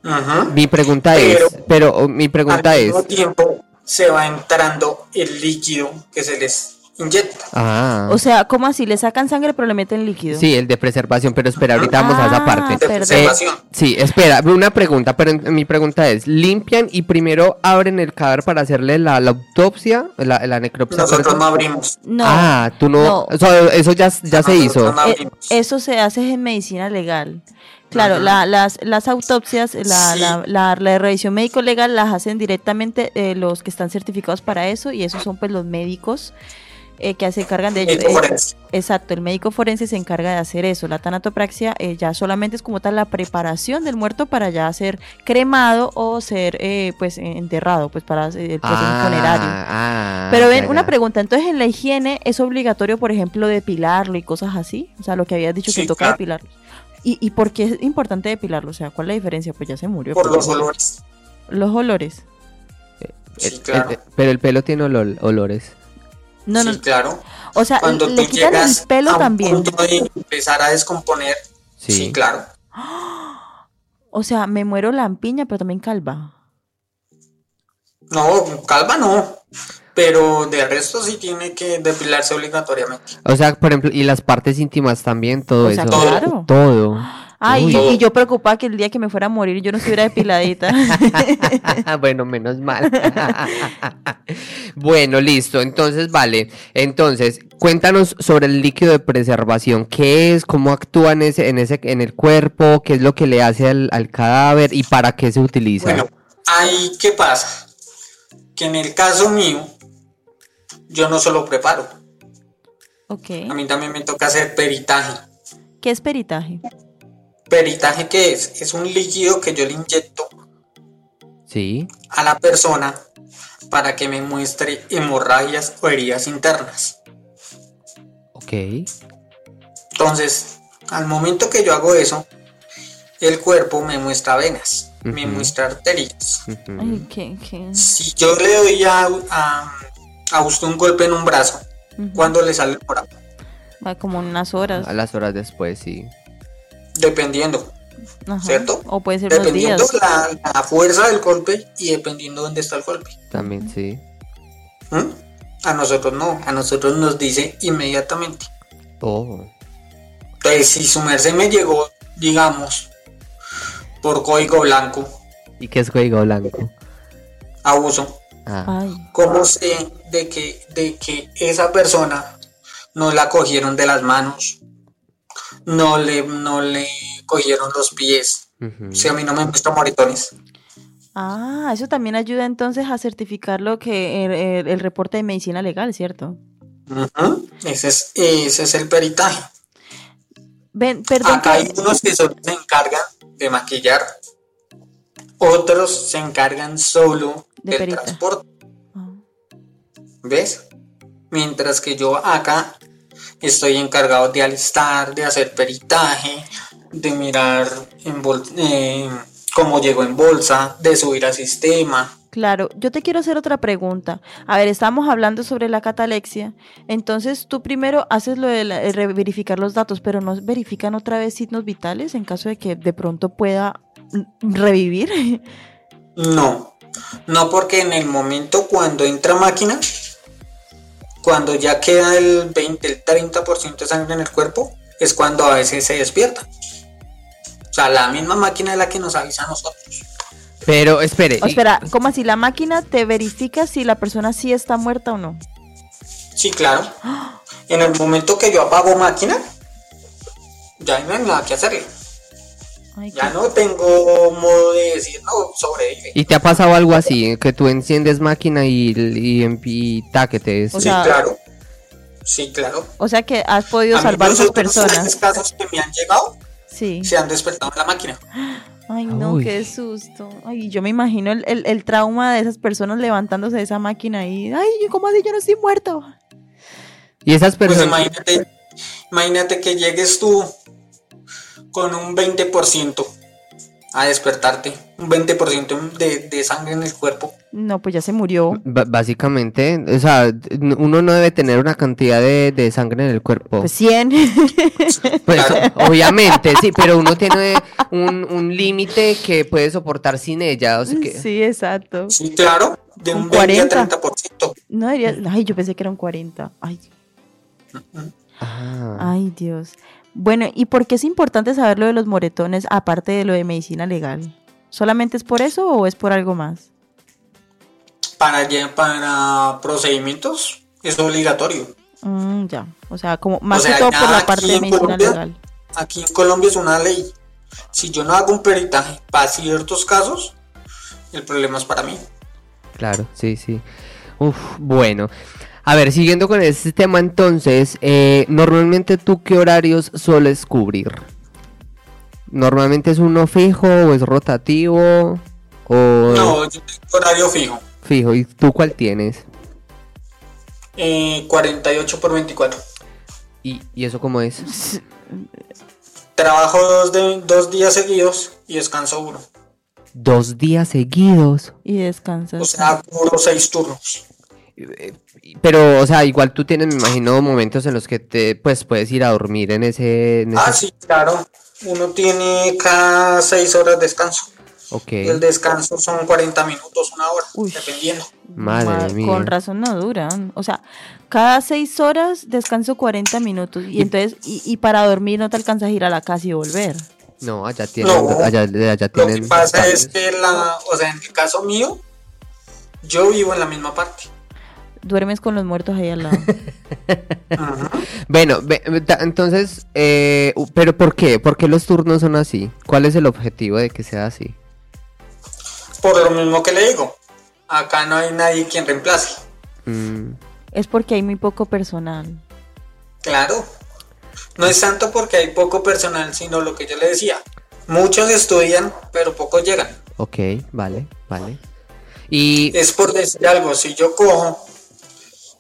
D: Ajá.
B: Mi pregunta es,
D: Pero-
B: pero oh, mi pregunta
D: Al
B: es,
D: mismo tiempo se va entrando el líquido que se les inyecta.
B: ah,
C: O sea, ¿cómo así? Le sacan sangre pero le meten líquido.
B: sí, el de preservación, pero espera, ahorita vamos a esa
C: Ah,
B: parte. Eh,
D: de
C: perdón.
D: preservación.
B: Sí, espera, una pregunta, pero en- mi pregunta es, ¿limpian y primero abren el cadáver para hacerle la, la autopsia, la, la necropsia?
D: Nosotros
B: perdón?
D: no abrimos.
C: No.
B: Ah, tú no,
C: no.
B: o sea, eso ya, ya se
D: Nosotros
B: hizo.
D: no
C: Eh,
D: abrimos.
C: eso se hace en medicina legal. Claro,
D: Ajá.
C: la- las, las autopsias, la,
D: Sí.
C: la, la- la revisión médico legal las hacen directamente eh, los que están certificados para eso y esos son pues los médicos eh, que se encargan de ello.
D: Médico
C: Eh,
D: forense.
C: exacto, el médico forense se encarga de hacer eso. La tanatopraxia eh, ya solamente es como tal la preparación del muerto para ya ser cremado o ser eh, pues enterrado, pues para eh, el proceso
D: Ah,
C: funerario.
B: ah,
C: Pero
B: ya,
C: ven, una
B: ya.
C: pregunta, entonces en la higiene es obligatorio, por ejemplo, depilarlo y cosas así. O sea, lo que habías dicho que
D: Sí,
C: toca
D: claro.
C: depilarlo. ¿Y, ¿Y por qué es importante depilarlo? O sea, ¿cuál es la diferencia? Pues ya se murió.
D: Por
C: pues,
D: los
C: ya.
D: olores.
C: Los olores.
B: Eh,
D: Sí, claro.
B: eh, pero el pelo tiene olor- olores.
C: No, no.
D: sí, claro.
C: O sea,
D: Cuando
C: le
D: tú
C: quitan
D: llegas
C: el pelo
D: a un
C: también.
D: punto de empezar a descomponer,
B: Sí.
D: sí, claro.
C: O sea, me muero lampiña, pero también calva.
D: No, calva no. Pero de resto sí tiene que depilarse obligatoriamente.
B: O sea, por ejemplo, y las partes íntimas también, todo
C: O sea,
B: eso.
C: claro.
B: Todo.
C: Ay,
B: Uy.
C: y, y yo preocupada que el día que me fuera a morir yo no
B: (laughs)
C: estuviera depiladita.
B: bueno, menos mal. (laughs) bueno, listo. Entonces, vale. Entonces, cuéntanos sobre el líquido de preservación. ¿Qué es? ¿Cómo actúa en, ese, en, ese, en el cuerpo? ¿Qué es lo que le hace al, al cadáver? ¿Y para qué se utiliza?
D: Bueno, ahí qué pasa. Que en el caso mío, yo no solo preparo. A
C: ok.
D: mí también me toca hacer peritaje.
C: ¿Qué es peritaje?
D: ¿Peritaje qué es? Es un líquido que yo le inyecto
B: sí.
D: a la persona para que me muestre hemorragias o heridas internas.
B: Ok.
D: Entonces, al momento que yo hago eso, el cuerpo me muestra venas, me
B: Ujú.
D: muestra arterias.
B: Ujú.
C: Ay, ¿qué? qué?
D: Si yo le doy a, a, a usted un golpe en un brazo,
C: Ujú.
D: ¿cuándo le sale el brazo?
C: Va Como unas horas.
B: A las horas después, sí.
D: Dependiendo,
C: Ajá.
D: ¿cierto?
C: O puede ser unos días.
D: dependiendo la, la fuerza del golpe y dependiendo dónde está el golpe.
B: También, sí.
D: ¿Mm? A nosotros no, a nosotros nos dice inmediatamente.
B: Oh.
D: Entonces, si su merced me llegó, digamos, por código blanco,
B: ¿Y qué es código blanco?
D: abuso,
B: Ah.
C: Ay.
D: ¿cómo sé de que, de que esa persona no la cogieron de las manos? No le, no le cogieron los pies.
B: Ujú.
D: Si a mí no me gustan moretones.
C: Ah, eso también ayuda entonces a certificar lo que el, el- el reporte de medicina legal, ¿cierto?
D: Ujú, Ese, es, ese es el peritaje.
C: Ven, perdón.
D: Acá
C: que-
D: hay unos que solo se encargan de maquillar. Otros se encargan solo
C: De
D: del
C: perita.
D: transporte.
C: Ah,
D: ¿Ves? Mientras que yo acá estoy encargado de alistar, de hacer peritaje, de mirar en bol- eh, cómo llegó en bolsa, de subir al sistema.
C: Claro, yo te quiero hacer otra pregunta. A ver, estamos hablando sobre la catalexia. Entonces, tú primero haces lo de la- eh, re- verificar los datos, pero nos verifican otra vez signos vitales en caso de que de pronto pueda mm, revivir. (laughs)
D: No, no porque en el momento cuando entra máquina, cuando ya queda el 20, el 30% de sangre en el cuerpo, es cuando a veces se despierta. O sea, la misma máquina es la que nos avisa a nosotros.
B: Pero espere.
C: O
B: y-
C: Oh, espera, ¿cómo así? La máquina te verifica si la persona sí está muerta o no.
D: Sí, claro. En el momento que yo apago máquina, ya no hay nada que hacerle.
C: Ay,
D: Ya
C: qué-
D: no tengo modo de decir, no, sobrevive.
B: ¿Y te ha pasado algo así? Que tú enciendes máquina y, y, en- y ta, que te-
C: O
D: sí,
C: sea,
D: claro. Sí, claro.
C: O sea que has podido
D: A mí
C: salvar a esas
D: los otros tres
C: personas.
D: (laughs) casos que me han llegado
C: Sí.
D: se han despertado en la máquina. Pues
C: Ay, no,
B: Uy.
C: qué susto. Ay, yo me imagino el, el- el trauma de esas personas levantándose de esa máquina y, ay, ¿cómo así? Yo no estoy muerto.
B: Y esas
D: Pues
B: personas.
D: imagínate, imagínate que llegues tú con un 20% a despertarte, un 20% de, de sangre en el cuerpo.
C: No, pues ya se murió.
B: ba- básicamente, o sea, n- uno no debe tener una cantidad de, de sangre en el cuerpo.
C: Pues 100.
B: Pues,
D: Claro.
B: obviamente, sí, pero
D: (laughs)
B: uno tiene un, un límite que puede soportar sin ella. O
C: (laughs)
B: sea que...
C: sí, exacto.
D: Sí, claro, de
C: Un
D: un 20 a
C: 40.
D: 30%.
C: No diría, ay, yo pensé que eran 40. Ay,
B: Ah.
C: ay, Dios. Bueno, ¿y por qué es importante saber lo de los moretones aparte de lo de medicina legal? ¿Solamente es por eso o es por algo más?
D: Para, lle- para procedimientos es obligatorio.
C: Mm, ya, o sea, como más
D: sea,
C: que todo
D: ya
C: por la
D: aquí
C: parte de
D: en
C: medicina
D: Colombia-
C: legal.
D: Aquí en Colombia es una ley. Si yo no hago un peritaje para ciertos casos, el problema es para mí.
B: Claro, sí, sí. Uf, bueno. A ver, siguiendo con este tema entonces, eh, normalmente tú qué horarios sueles cubrir? ¿Normalmente es uno fijo o es rotativo? O
D: No, yo tengo horario fijo.
B: fijo, ¿y tú cuál tienes?
D: Eh, 48 por 24.
B: ¿Y, y eso cómo es?
D: Trabajo dos, de- dos días seguidos y descanso uno.
B: Dos días seguidos.
C: Y descansas.
D: O sea, cubro seis turnos.
B: Pero, o sea, igual tú tienes, me imagino, momentos en los que te pues puedes ir a dormir en ese. En
D: Ah,
B: ese-
D: sí, claro. Uno tiene cada seis horas descanso.
B: Ok.
D: El descanso son 40 minutos, una hora,
C: Uy.
D: dependiendo.
B: Madre mía.
C: Con razón no duran. O sea, cada seis horas descanso 40 minutos. Y entonces, y, y para dormir no te alcanzas a ir a la casa y volver.
B: No, allá tienen.
D: No.
B: allá, allá
D: Lo
B: tienen
D: que pasa es
B: bastantes.
D: que, la, o sea, en el caso mío, yo vivo en la misma parte.
C: Duermes con los muertos ahí al lado.
B: (laughs)
D: Ujú.
B: Bueno, ve- ve- ta- entonces, eh, u- ¿pero por qué? ¿Por qué los turnos son así? ¿Cuál es el objetivo de que sea así?
D: (laughs) Por lo mismo que le digo, acá no hay nadie quien reemplace.
B: Mm,
C: es porque hay muy poco personal.
D: Claro. No es tanto porque hay poco personal, sino lo que yo le decía. Muchos estudian, pero pocos llegan.
B: ok, vale, vale. Y.
D: Es por decir algo, si yo cojo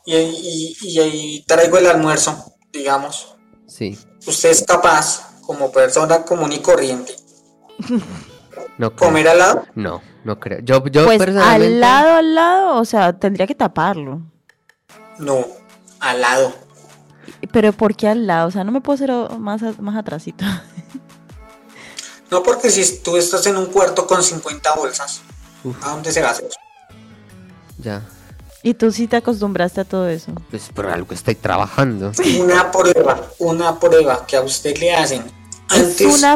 D: y, y- y- y traigo el almuerzo, digamos,
B: Sí,
D: usted es capaz, como persona común y corriente,
B: no creo.
D: comer al lado.
B: No, no creo. Yo, yo
C: pues
B: personalmente.
C: al lado, al lado, o sea, tendría que taparlo.
D: No, al lado.
C: Pero ¿por qué al lado? O sea, no me puedo hacer o- más, a- más atrasito.
D: No porque si tú estás en un cuarto con 50 bolsas,
B: Uf.
D: ¿a dónde se va a hacer?
B: Ya.
C: (laughs) Y tú sí te acostumbraste a todo eso.
B: Pues por algo estoy trabajando.
D: Una prueba, una prueba que a usted le hacen
C: Es
D: antes,
C: una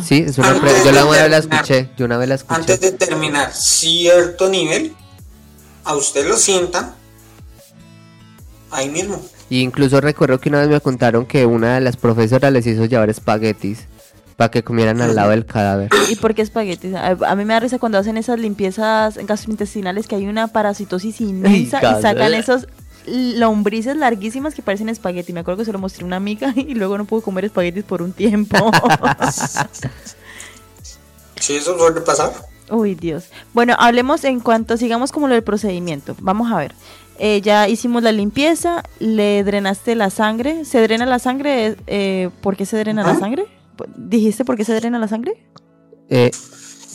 B: Sí, sí, es una
D: Antes
B: prueba. Yo
D: de
B: la una vez la
D: terminar.
B: escuché. Yo una vez la escuché.
D: antes de terminar cierto nivel, a usted lo sientan ahí mismo.
B: Y E incluso recuerdo que una vez me contaron que una de las profesoras les hizo llevar espaguetis para que comieran al lado del cadáver.
C: ¿Y por qué espaguetis? A, a mí me da risa cuando hacen esas limpiezas gastrointestinales que hay una parasitosis inmensa
B: Ay,
C: y sacan
B: caray.
C: esos lombrices larguísimas que parecen espagueti. Me acuerdo que se lo mostré a una amiga (laughs) y luego no pudo comer espaguetis por un tiempo.
B: (laughs)
D: Si eso suele pasar.
C: Uy, Dios. Bueno, hablemos en cuanto sigamos como lo del procedimiento. Vamos a ver. Eh, ya hicimos la limpieza, le drenaste la sangre. ¿Se drena la sangre? Eh, ¿Por qué se drena la
B: ¿Ah?
D: Ajá.
C: sangre? ¿Dijiste por qué se drena la sangre?
B: Eh,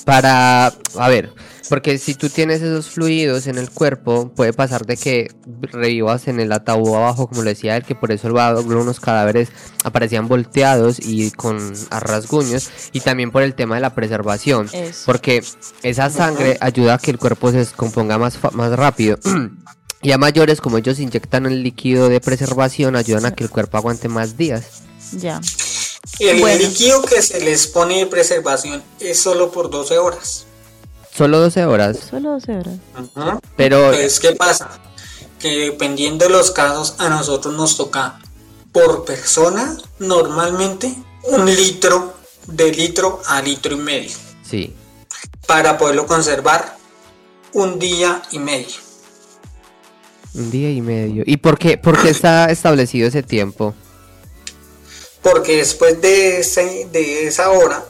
B: para, a ver, porque si tú tienes esos fluidos en el cuerpo, puede pasar de que revivas en el ataúd abajo, como lo decía él, que por eso algunos cadáveres aparecían volteados y con a rasguños, y también por el tema de la preservación,
C: Eso.
B: porque esa sangre ayuda a que el cuerpo se descomponga más, fa- más rápido. (clears throat) Y a mayores, como ellos inyectan el líquido de preservación, ayudan a que el cuerpo aguante más días.
C: Ya.
D: Y el
C: Bueno.
D: líquido que se les pone de preservación es solo por 12 horas.
B: Solo 12 horas.
C: Solo 12 horas.
D: Ujú.
B: Pero
D: Entonces, Pues, ¿qué pasa? Que dependiendo de los casos, a nosotros nos toca por persona normalmente un litro, de litro a litro y medio,
B: sí,
D: para poderlo conservar un día y medio.
B: un día y medio. ¿Y por qué, por qué está establecido ese tiempo?
D: Porque después de, ese- de esa hora,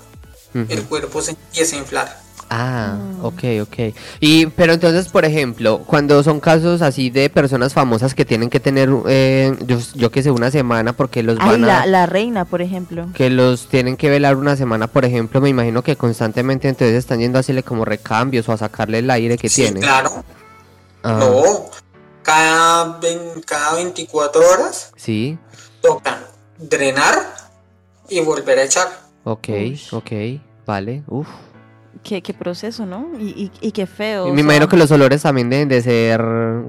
B: Ujú.
D: el cuerpo se empieza a inflar.
B: Ah, ok, ok. Y, pero entonces, por ejemplo, cuando son casos así de personas famosas que tienen que tener, eh, yo, yo que sé, una semana porque los
C: Ay,
B: pues van
C: la,
B: a...
C: la reina, por ejemplo.
B: Que los tienen que velar una semana, por ejemplo, me imagino que constantemente entonces están yendo a hacerle como recambios o a sacarle el aire que
D: Sí,
B: tiene.
D: claro.
B: Ah,
D: No. Cada, vein- cada 24 horas
B: Sí,
D: tocan drenar y volver a echar.
B: ok,
C: Ush.
B: ok, vale, uf.
C: Qué, qué proceso, ¿no? Y, y, y qué feo.
B: Y
C: o
B: me
C: sea,
B: imagino que los olores también deben de ser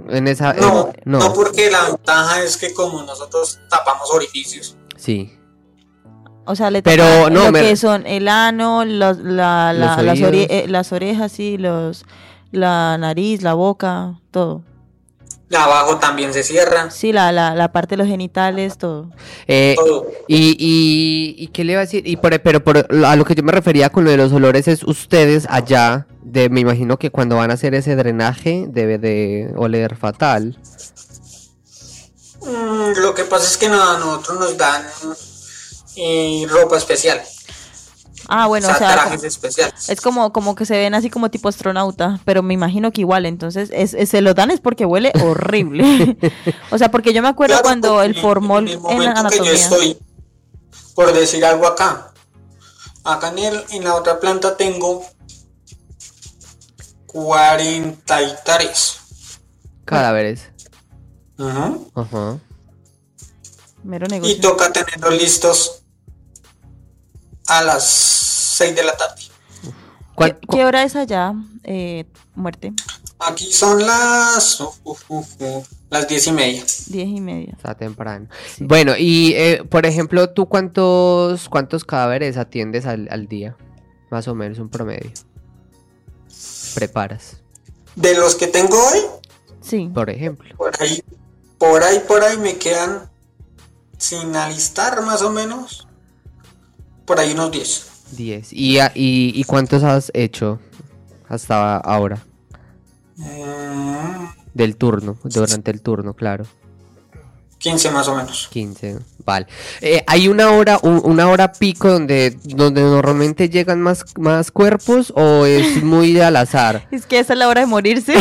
B: en esa...
D: No,
C: Eh,
B: en-
D: no, porque la ventaja es que como nosotros tapamos orificios,
B: sí.
C: O sea, le
B: Pero
C: tocan
B: no,
C: lo
B: me-
C: que son el ano, los- la- la-
B: Los
C: las, ore-
B: oídos.
C: eh, las orejas, y los, la nariz, la boca, todo.
D: la abajo también se cierra.
C: Sí, la, la, la parte de los genitales, todo.
B: Eh,
D: Todo.
B: Y, y, y qué le iba a decir, y por- pero por, lo- a lo que yo me refería con lo de los olores es ustedes allá, de, me imagino que cuando van a hacer ese drenaje debe de oler fatal.
D: Mm, lo que pasa es que no- a nosotros nos dan eh, ropa especial,
C: Ah, bueno,
D: o sea,
C: o sea,
D: trajes
C: como-
D: especiales.
C: es como, como que se ven así como tipo astronauta, pero me imagino que igual, entonces es- es- se los dan es
B: (laughs)
C: porque huele horrible. o sea, porque yo me acuerdo
D: Claro,
C: cuando
D: porque
C: el formol
D: en el
C: en
D: momento que yo
C: anatomía.
D: estoy, por decir algo acá, acá en, el- en la otra planta tengo 43.
B: Cadáveres.
D: Ujú.
B: Ajá.
C: Mero
D: Y
C: negocio.
D: toca tenerlos listos a las 6 de la tarde.
B: ¿Cuál-
C: ¿Qué, qué hora es allá, eh, muerte?
D: Aquí son las, uh, uh, uh, uh, las 10 y media.
C: Diez y media.
B: Está temprano. Bueno, y eh, por ejemplo, ¿tú cuántos, cuántos cadáveres atiendes al, al día? Más o menos un promedio. Preparas,
D: De los que tengo hoy,
C: Sí.
B: por ejemplo.
D: por ahí, por ahí, por ahí me quedan sin alistar más o menos. Por ahí unos 10.
B: 10. ¿Y, a- y, ¿Y cuántos has hecho hasta ahora?
D: Mm,
B: Del turno, durante el turno, claro.
D: 15 más o menos.
B: 15, vale. Eh, hay una hora, u- una hora pico donde, donde normalmente llegan más, más cuerpos o
C: (laughs)
B: es muy al azar.
C: Es que esa es la hora de morirse.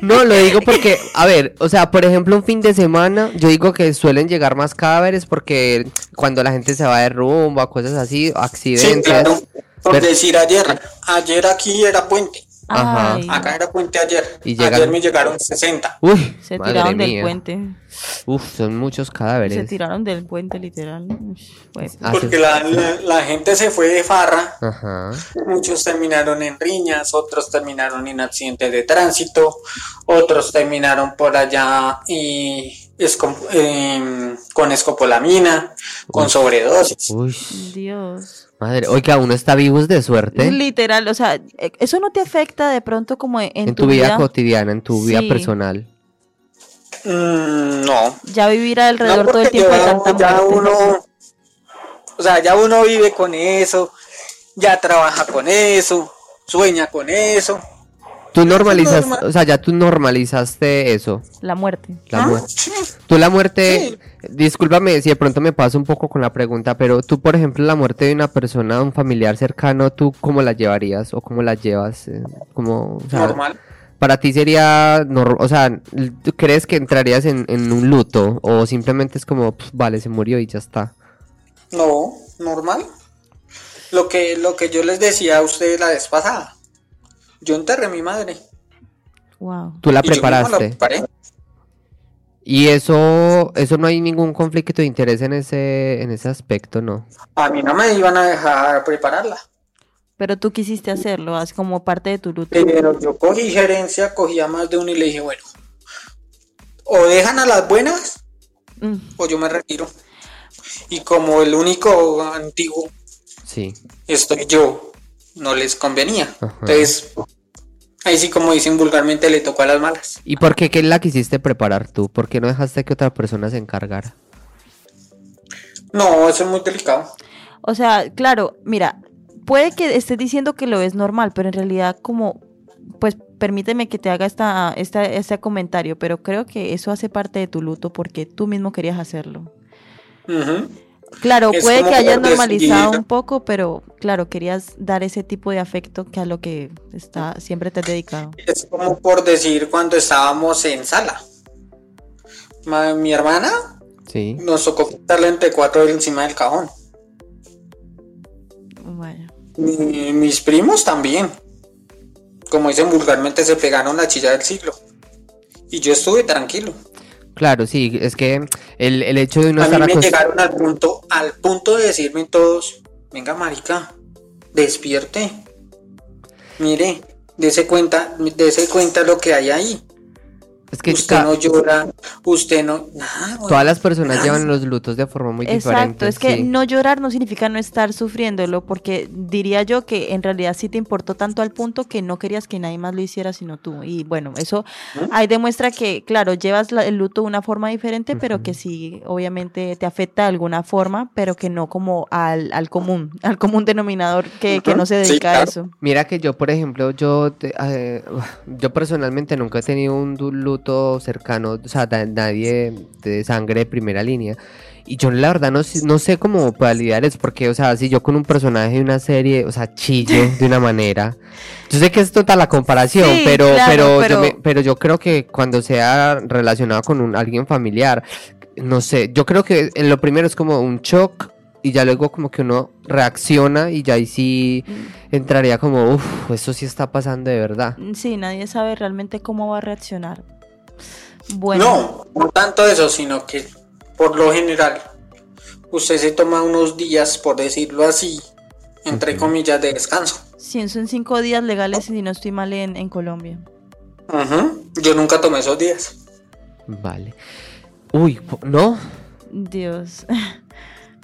B: No, lo digo porque, a ver, o sea, por ejemplo, un fin de semana, yo digo que suelen llegar más cadáveres porque cuando la gente se va de rumbo, a cosas así, accidentes.
D: Sí, claro. Por
B: Pero-
D: decir ayer, ayer aquí era puente.
B: (laughs) Ajá.
C: Ay,
D: Acá era puente ayer.
B: Y llegan-
D: Ayer me llegaron 60.
B: Uy,
C: se
B: madre
C: tiraron del
B: mía.
C: puente.
B: Uf, son muchos cadáveres.
C: Se tiraron del puente, literal. Ush, fue-
B: Ah, sí.
D: Porque la, la- la gente se fue de farra.
B: Ajá.
D: Muchos terminaron en riñas, otros terminaron en accidentes de tránsito, otros terminaron por allá y escom- em, con escopolamina, con sobredosis.
B: Uy,
C: Dios.
B: madre. Oiga, uno está vivos de suerte.
C: Literal, o sea, eh, eso no te afecta de pronto como en,
B: en tu vida, cotidiana, en tu vida
C: Sí.
B: personal.
D: Mm, no,
C: ya vivir alrededor
D: no
C: todo el
D: porque
C: tiempo de
D: ya,
C: tanta
D: ya
C: muerte.
D: uno, o sea, ya uno vive con eso, ya trabaja con eso, sueña con eso.
B: Tú normalizas,
D: normal.
B: o sea, ya tú normalizaste eso,
C: La muerte.
B: la
D: ¿Ah?
B: muerte.
D: Sí.
B: Tú la muerte, discúlpame si de pronto me paso un poco con la pregunta, pero tú, por ejemplo, la muerte de una persona, un familiar cercano, ¿tú cómo la llevarías o cómo la llevas? eh, ¿Cómo, o sea,
D: Normal.
B: Para ti sería, nor- o sea, l- ¿tú crees que entrarías en, en un luto o simplemente es como, "Pf, vale, se murió y ya está?
D: No, normal. Lo que, lo que yo les decía a ustedes la vez pasada. Yo enterré a mi madre.
C: Wow.
B: Tú la
D: y yo mismo
B: preparaste.
D: la preparé.
B: Y eso, eso no hay ningún conflicto de interés en ese, en ese aspecto, ¿no?
D: A mí no me iban a dejar prepararla.
C: Pero tú quisiste hacerlo, así como parte de tu luto.
D: Pero yo cogí gerencia, cogí a más de uno y le dije, bueno, o dejan a las buenas
C: Mm,
D: o yo me retiro. Y como el único antiguo
B: Sí.
D: estoy yo, no les convenía.
B: Ajá.
D: Entonces, ahí sí como dicen vulgarmente, le tocó a las malas.
B: ¿Y por qué, qué la quisiste preparar tú? ¿Por qué no dejaste que otra persona se encargara?
D: No, eso es muy delicado.
C: O sea, claro, mira, puede que estés diciendo que lo es normal, pero en realidad como, pues permíteme que te haga esta, esta, este comentario, pero creo que eso hace parte de tu luto porque tú mismo querías hacerlo.
D: Ujú.
C: Claro,
D: Es
C: puede
D: como
C: que hayas
D: por decir-
C: normalizado un poco, pero claro, querías dar ese tipo de afecto que a lo que está, siempre te has dedicado.
D: Es como por decir cuando estábamos en sala. Ma- mi hermana
B: Sí.
D: nos tocó quitarle entre cuatro encima del cajón.
C: Bueno.
D: Mi- mis primos también. Como dicen vulgarmente, se pegaron la chilla del siglo. Y yo estuve tranquilo.
B: Claro, sí. Es que el, el hecho de uno
D: a mí
B: estar
D: me
B: acost-
D: llegaron al punto, al punto de decirme todos, venga marica, despierte. Mire, dese cuenta, dese cuenta lo que hay ahí.
B: Es que
D: usted
B: ca-
D: no llora, usted no. Nada, güey.
B: todas las personas llevan los lutos de forma muy
C: Exacto,
B: diferente.
C: es que
B: sí.
C: no llorar no significa no estar sufriéndolo, porque diría yo que en realidad sí te importó tanto al punto que no querías que nadie más lo hiciera sino tú. Y bueno, eso ahí demuestra que, claro, llevas la- el luto de una forma diferente, pero que
B: Ujú.
C: sí, obviamente te afecta de alguna forma, pero que no como al, al común, (laughs) al común denominador que, que no se
D: Ujú, sí,
C: dedica a
D: claro.
C: eso.
B: Mira que yo, por ejemplo, yo, te- eh, yo personalmente nunca he tenido un du- luto cercano, o sea, da- nadie de sangre de primera línea. Y yo la verdad no, sé- no sé cómo validar es porque, o sea, si yo con un personaje de una serie, o sea, chillo de una manera. Yo sé que es total la comparación,
C: Sí,
B: pero,
C: claro,
B: pero,
C: pero-
B: Yo me- pero yo creo que cuando sea relacionado con un, alguien familiar, no sé, yo creo que en lo primero es como un shock y ya luego como que uno reacciona y ya ahí sí entraría como, uff, eso sí está pasando de verdad.
C: Mm, Sí, nadie sabe realmente cómo va a reaccionar. Bueno.
D: No, no tanto eso, sino que por lo general, usted se toma unos días, por decirlo así, entre
B: Ujú.
D: comillas, de descanso.
C: Sí, son cinco días legales si no estoy mal en, en Colombia.
D: Ujú, Yo nunca tomé esos días.
B: Vale. Uy, po- no.
C: Dios. (laughs)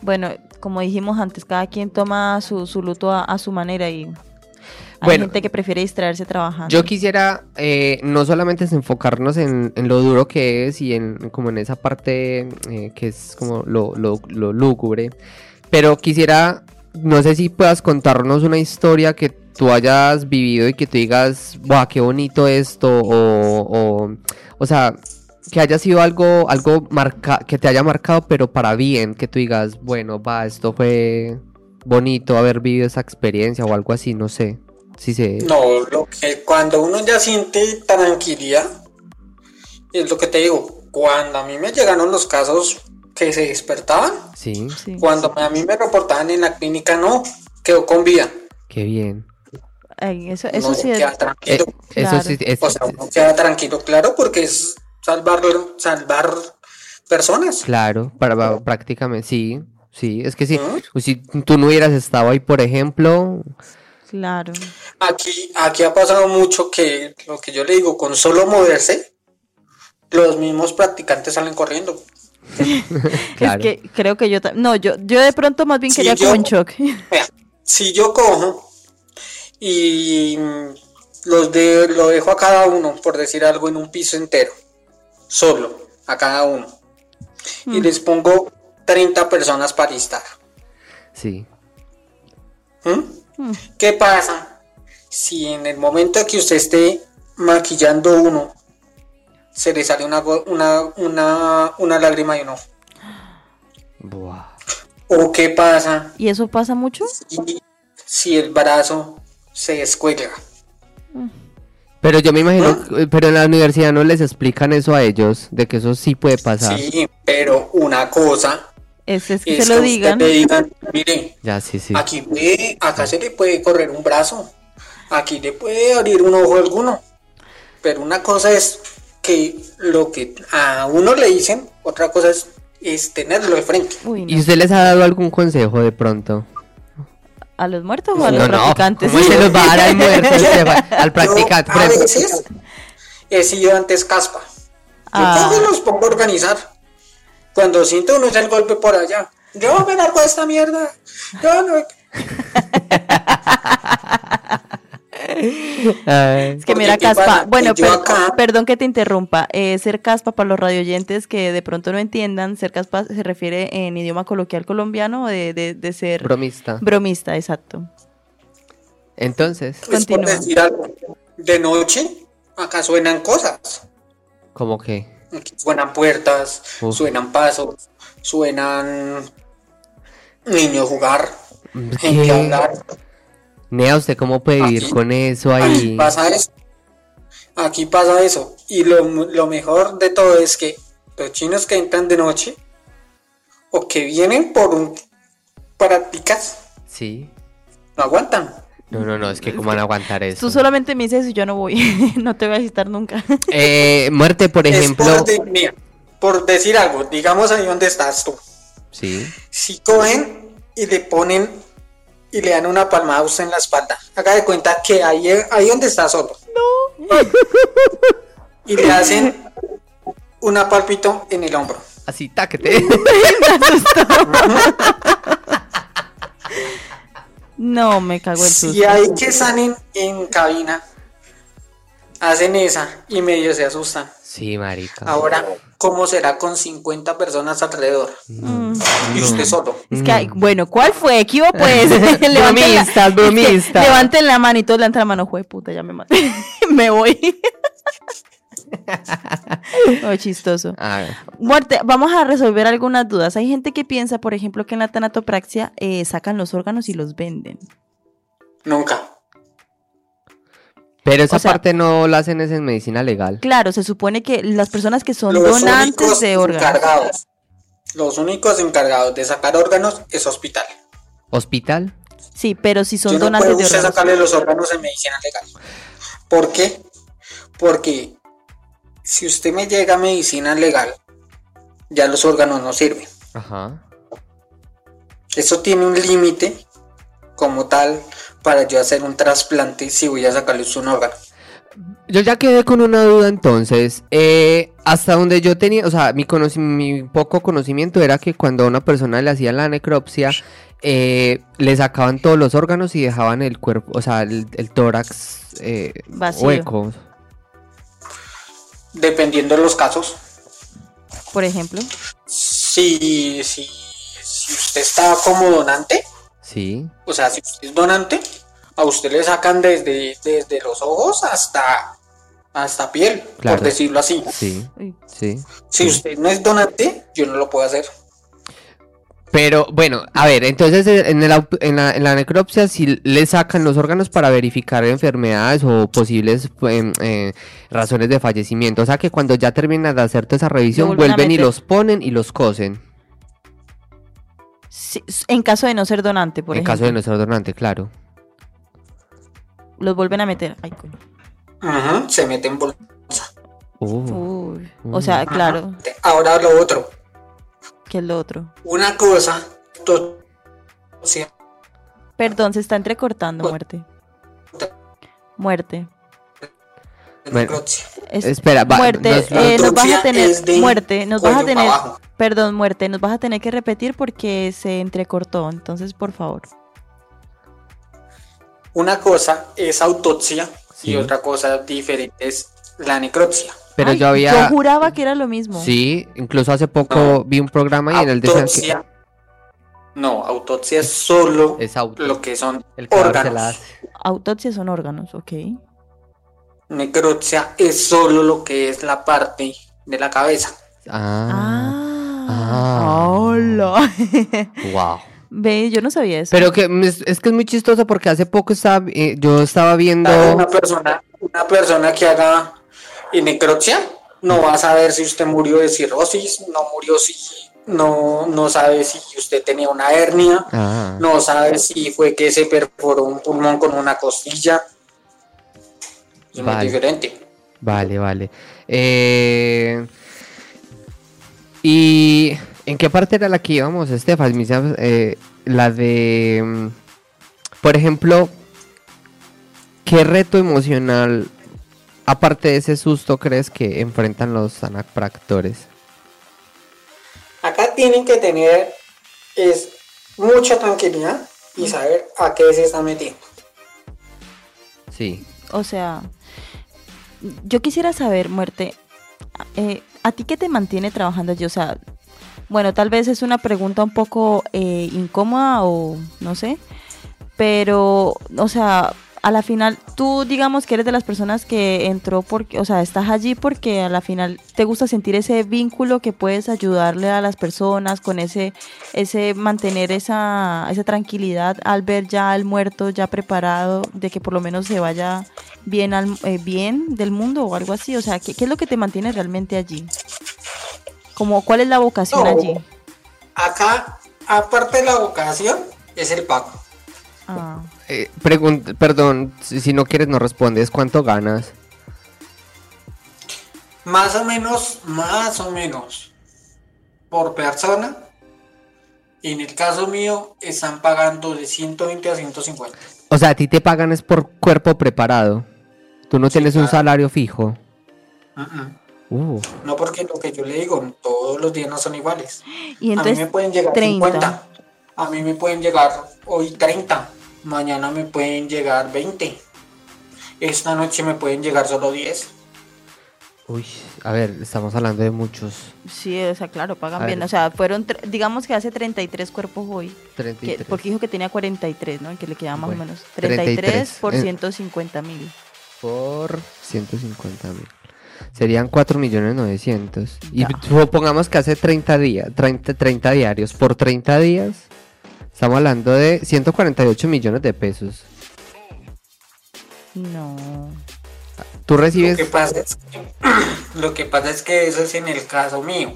C: Bueno, como dijimos antes, cada quien toma su, su luto a, a su manera y hay
B: Bueno.
C: gente que prefiere distraerse trabajando.
B: Yo quisiera eh, no solamente enfocarnos en, en lo duro que es y en como en esa parte eh, que es como lo, lo, lo lúgubre, pero quisiera, no sé si puedas contarnos una historia que tú hayas vivido y que tú digas, ¡buah, qué bonito esto! O, o, o sea, que haya sido algo, algo marca que te haya marcado, pero para bien, que tú digas, bueno, va, esto fue bonito haber vivido esa experiencia o algo así, no sé. Si se...
D: No, lo que cuando uno ya siente tranquilidad, es lo que te digo, cuando a mí me llegaron los casos que se despertaban,
B: Sí.
C: Sí.
D: cuando a mí me reportaban en la clínica, no, quedó con vida.
B: Qué bien.
C: Ay, eso eso
D: No
C: sí es.
D: queda tranquilo.
B: Eh,
C: Claro.
B: Eso sí, es-
D: O sea, uno queda tranquilo, claro, porque es salvar, salvar personas.
B: claro, para, para- prácticamente, sí, sí, es que sí.
D: Ujú.
B: o Si tú no hubieras estado ahí, por ejemplo,
C: Claro.
D: Aquí, aquí ha pasado mucho que lo que yo le digo, con solo moverse, los mismos practicantes salen corriendo.
B: claro.
C: Es que creo que yo. ta- No, yo, yo de pronto más bien
D: Sí,
C: quería
D: yo-
C: como en shock. (laughs)
D: Vea, si yo cojo y mm, los de, lo dejo a cada uno, por decir algo, en un piso entero, solo, a cada uno, y les pongo 30 personas para listar.
B: sí,
D: ¿m?
C: Mm.
D: ¿Qué pasa si en el momento que usted esté maquillando uno, se le sale una, go- una, una, una lágrima y uno?
B: Buah.
D: ¿O qué pasa
C: ¿Y eso pasa mucho?
D: si, si el brazo se descuelga?
B: Pero yo me imagino, eh, pero en la universidad no les explican eso a ellos, de que eso sí puede pasar.
D: Sí, pero una cosa
C: Es, es que se lo
D: a usted
C: digan.
D: le digan, mire,
B: Ya, sí, sí.
D: aquí puede- acá se le puede correr un brazo, aquí le puede abrir un ojo a alguno. Pero una cosa es que lo que a uno le dicen, otra cosa es, es tenerlo de frente.
C: Uy,
B: ¿Y
C: no.
B: usted les ha dado algún consejo de pronto?
C: ¿A los muertos o a los
B: no, no.
C: practicantes?
B: ¿Cómo se los va a dar al muerto? Esteban? Al practicante.
D: Yo,
B: por
D: a
B: ejemplo.
D: veces he sido antes caspa. Yo
C: (laughs) Ah.
D: cojo y los pongo a organizar. Cuando siento uno es el golpe por allá. Yo me largo de esta mierda. Yo no. pues
B: Ay.
C: Es que mira,
D: Porque yo
C: Caspa,
D: acá-
C: bueno,
D: yo
C: per- ah,
D: acá-
C: perdón que te interrumpa. eh, ser Caspa para los radioyentes que de pronto no entiendan, ser Caspa se refiere en idioma coloquial colombiano de, de- de ser
B: Bromista.
C: bromista, exacto.
B: Entonces,
D: Es por
C: Continúa.
D: decir algo. De noche, acá suenan cosas.
B: ¿cómo que?
D: Aquí Suenan puertas,
B: Uf.
D: suenan pasos, suenan niños jugar, gente
B: ¿Qué?
D: hablar.
B: Nea, ¿usted cómo puede vivir
D: Aquí-
B: con eso
D: Aquí
B: ahí?
D: pasa eso. Aquí pasa eso. Y lo, lo mejor de todo es que los chinos que entran de noche o que vienen por un prácticas
B: Sí.
D: no aguantan.
B: No, no, no, es que cómo van a aguantar eso.
C: Tú solamente me dices y yo no voy, (laughs) no te voy a visitar nunca. (laughs)
B: Eh, muerte, por
D: Es
B: ejemplo.
D: por, de- mira, por decir algo, digamos ahí donde estás tú.
B: Sí.
D: Si cogen y le ponen y le dan una palmada a usted en la espalda, haga de cuenta que ahí, ahí donde está solo. Y le hacen una palpito en el hombro.
B: Así, táquete.
C: No, me cago el
D: Si
C: susto.
D: hay que sanen en cabina, hacen esa y medio se asustan.
B: Sí, marica.
D: Ahora, ¿cómo será con 50 personas alrededor?
C: Mm.
D: Y usted solo.
C: Es que,
B: Mm.
C: hay- bueno, ¿cuál fue? ¿Qué hubo, pues? (laughs) Levanten la-
B: Bromistas,
C: es que
B: bromistas.
C: Levanten la mano y todos levantan la mano. Jue puta, ya me maté. (laughs) me voy.
B: (laughs)
C: oh, chistoso.
B: A ver.
C: Muerte, vamos a resolver algunas dudas. Hay gente que piensa, por ejemplo, que en la tanatopraxia eh, sacan los órganos y los venden.
D: Nunca.
B: Pero esa
C: O sea-
B: parte no la hacen es en medicina legal.
C: Claro, se supone que las personas que son
D: Los
C: donantes
D: únicos
C: de órganos.
D: encargados. Los únicos encargados de sacar órganos es hospital.
B: ¿Hospital?
C: Sí, pero si son
D: Yo no
C: donantes
D: puedo
C: de
D: usted
C: órganos.
D: sacarle los órganos en medicina legal. ¿Por qué? Porque si usted me llega a medicina legal, ya los órganos no sirven.
B: Ajá.
D: Eso tiene un límite como tal para yo hacer un trasplante si voy a sacarles un órgano.
B: Yo ya quedé con una duda entonces. Eh, hasta donde yo tenía, o sea, mi, conoci- mi poco conocimiento era que cuando a una persona le hacían la necropsia, eh, le sacaban todos los órganos y dejaban el cuerpo, o sea, el, el tórax eh,
C: Vacío.
B: hueco.
D: Dependiendo de los casos,
C: Por ejemplo,
D: si, si, si usted está como donante,
B: Sí.
D: o sea, si usted es donante, a usted le sacan desde, desde los ojos hasta, hasta piel,
B: Claro.
D: por decirlo así.
B: Sí,
C: Uy,
B: sí.
D: Si usted no es donante, yo no lo puedo hacer.
B: Pero bueno, a ver, entonces eh, en, el au- en, la, en la necropsia si le sacan los órganos para verificar enfermedades o posibles pues, em, eh, razones de fallecimiento. O sea que cuando ya terminan de hacer toda esa revisión,
C: Lo vuelven a
B: vuelven y
C: meter.
B: los ponen y los cosen.
C: si- en caso de no ser donante, por
B: en
C: ejemplo,
B: caso de nuestro donante, claro.
C: los vuelven a meter. Ay, coño.
D: Ujú, se mete en bol-
B: Uh,
C: Uy,
B: Mm.
C: O sea, claro,
D: Ahora lo otro.
C: que es lo otro.
D: Una cosa, to- o sea,
C: Perdón, se está entrecortando,
D: Pues-
C: muerte. Muerte.
B: Bueno.
C: Es-
B: Espera, va,
C: muerte,
B: nos-
C: eh, nos vas a
D: Necropsia
C: tener.
D: es de
C: Muerte, nos vas a
D: cuello
C: tener.
D: para abajo.
C: Perdón, muerte, nos vas a tener que repetir porque se entrecortó. Entonces, por favor.
D: Una cosa es autopsia
B: Sí.
D: y otra cosa diferente es la necropsia.
B: pero
C: Ay,
B: yo había...
C: juraba que era lo mismo.
B: Sí, incluso hace poco
D: No.
B: vi un programa y en el decían que...
D: Autopsia. No, autopsia es solo
B: Es auto,
D: lo que son
B: el cadáver se la
D: órganos.
B: hace.
C: Autopsia son órganos, ok.
D: Necropsia es solo lo que es la parte de la cabeza.
B: Ah,
C: Ah.
B: Ah.
C: Hola. (laughs)
B: wow.
C: Ve, yo no sabía eso.
B: Pero que es, es que es muy chistoso porque hace poco estaba, eh, yo estaba viendo...
D: Una persona, una persona que haga necropsia no va a saber si usted murió de cirrosis, no murió si no, no sabe si usted tenía una hernia,
B: Ah,
D: no sabe si fue que se perforó un pulmón con una costilla. Es
B: Vale.
D: muy diferente.
B: vale, vale. Eh, ¿Y en qué parte era la que íbamos, Estefan? Me sabes, eh, la de, mm, por ejemplo, ¿qué reto emocional, aparte de ese susto, crees que enfrentan los anapractores?
D: Acá tienen que tener es mucha tranquilidad y saber a qué se está metiendo.
B: Sí.
C: O sea, yo quisiera saber, Muerte, eh, ¿a ti qué te mantiene trabajando allí? O sea, bueno, tal vez es una pregunta un poco eh, incómoda o no sé, pero, o sea, a la final, tú digamos que eres de las personas que entró porque, o sea, estás allí porque a la final te gusta sentir ese vínculo que puedes ayudarle a las personas con ese, ese mantener esa, esa tranquilidad al ver ya al muerto ya preparado de que por lo menos se vaya bien al eh, bien del mundo o algo así. O sea, ¿qué, qué es lo que te mantiene realmente allí? Como, ¿cuál es la vocación
D: No.
C: allí?
D: Acá, aparte de la vocación, es el pago.
C: Ah.
B: Eh, pregun- perdón, si si no quieres no respondes, ¿cuánto ganas?
D: Más o menos, más o menos, por persona. En el caso mío, están pagando de 120 a 150.
B: O sea, a ti te pagan es por cuerpo preparado. Tú no tienes un
D: claro.
B: salario fijo.
D: Mm-mm.
B: Uh,
D: No porque lo que yo le digo, todos los días no son iguales.
C: Y
D: a mí
C: entonces,
D: me pueden llegar
C: 30.
D: 50. A mí me pueden llegar hoy 30. Mañana me pueden llegar 20. Esta noche me pueden llegar solo 10.
B: uy, a ver, estamos hablando de muchos.
C: sí, o sea, claro,
B: A
C: pagan
B: ver.
C: bien. O sea, fueron, tre- digamos que hace 33 cuerpos hoy. que-
B: 33.
C: porque dijo que tenía 43, ¿no? Que le quedaba más
B: Bueno,
C: o menos. 33,
B: 33.
C: por
B: Eh.
C: 150 mil.
B: Por 150 mil. Serían 4 millones 900. Y
C: Ya.
B: supongamos que hace 30 días, 30, 30 diarios. Por 30 días, estamos hablando de 148 millones de pesos.
D: (laughs)
C: No.
B: Tú
D: Lo
B: recibes...
D: que, pasa es que, (clears throat) lo que pasa es que eso es en el caso mío.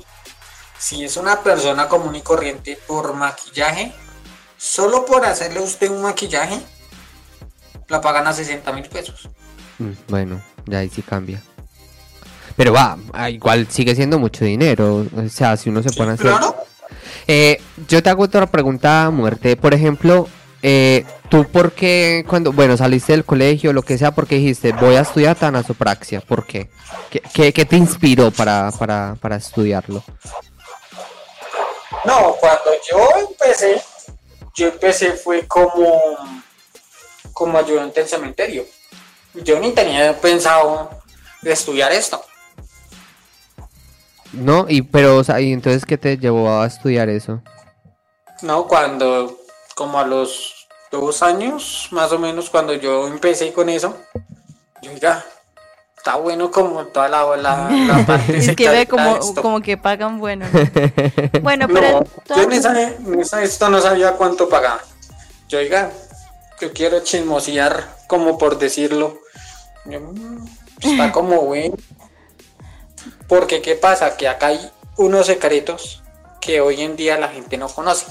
D: Si es una persona común y corriente por maquillaje, solo por hacerle a usted un maquillaje, la pagan a 60 mil pesos.
B: Mm, Bueno, ya ahí sí cambia. Pero va, ah, igual sigue siendo mucho dinero. O sea, si uno se pone a hacer.
D: Claro,
B: Eh, yo te hago otra pregunta, muerte. Por ejemplo, eh, ¿tú por qué cuando, bueno, saliste del colegio, lo que sea, por qué dijiste, voy a estudiar tanasopraxia? ¿Por qué? ¿Qué, qué- qué te inspiró para, para, para estudiarlo?
D: No, cuando yo empecé, yo empecé fue como, como ayudante del cementerio. Yo ni tenía pensado estudiar esto.
B: ¿No? Y, pero, o sea, ¿y entonces qué te llevó a estudiar eso?
D: No, cuando, como a los dos años, más o menos, cuando yo empecé con eso, yo diga, está bueno como toda la,
C: (laughs)
D: la, la parte
C: Es que ve
D: secreta de
C: como,
D: esto".
C: como que pagan bueno.
B: (laughs)
C: Bueno, pero.
D: No, yo en
C: todas-
D: esa, en esa- esto no sabía cuánto pagaba. Yo, oiga, yo quiero chismosear, como por decirlo. Yo, "Mm,
C: (laughs)
D: Está como bueno. Porque, ¿qué pasa? Que acá hay unos secretos que hoy en día la gente no conoce.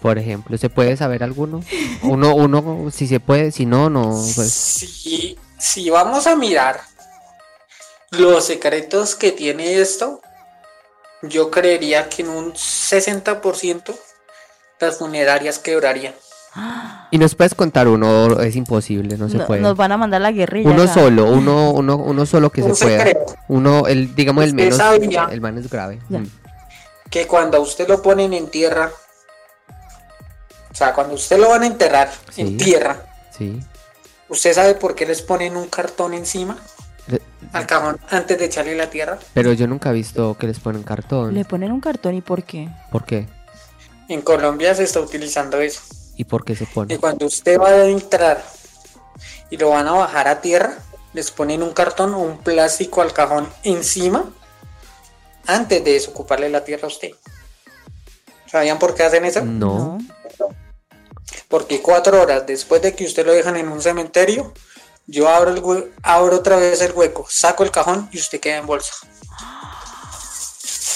B: Por ejemplo, ¿se puede saber alguno? Uno, uno, si se puede, si no, no, pues.
D: Si, si vamos a mirar los secretos que tiene esto, yo creería que en un 60% las funerarias quebrarían.
B: Y nos puedes contar uno, es imposible, no se
C: no-
B: puede.
C: Nos van a mandar la guerrilla.
B: Uno
C: acá.
B: solo, uno, uno, uno solo que
D: Un
B: se pueda.
D: secreto.
B: Uno, el, digamos, el
D: Usted
B: menos,
D: sabía.
B: el menos grave.
C: Ya.
B: Mm.
D: que cuando a usted lo ponen en tierra, o sea, cuando usted lo van a enterrar
B: Sí.
D: en tierra,
B: Sí.
D: ¿usted sabe por qué les ponen un cartón encima
B: Le-
D: al cajón antes de echarle la tierra?
B: Pero yo nunca he visto que les ponen cartón.
C: Le ponen un cartón y por qué.
B: ¿Por qué?
D: En Colombia se está utilizando eso.
B: ¿Y por qué se
D: Y
B: pone?
D: cuando usted va a entrar y lo van a bajar a tierra, les ponen un cartón o un plástico al cajón encima antes de desocuparle la tierra a usted. ¿Sabían por qué hacen eso?
B: No.
D: Porque cuatro horas después de que usted lo dejan en un cementerio, yo abro, el hue- abro otra vez el hueco, saco el cajón y usted queda en bolsa.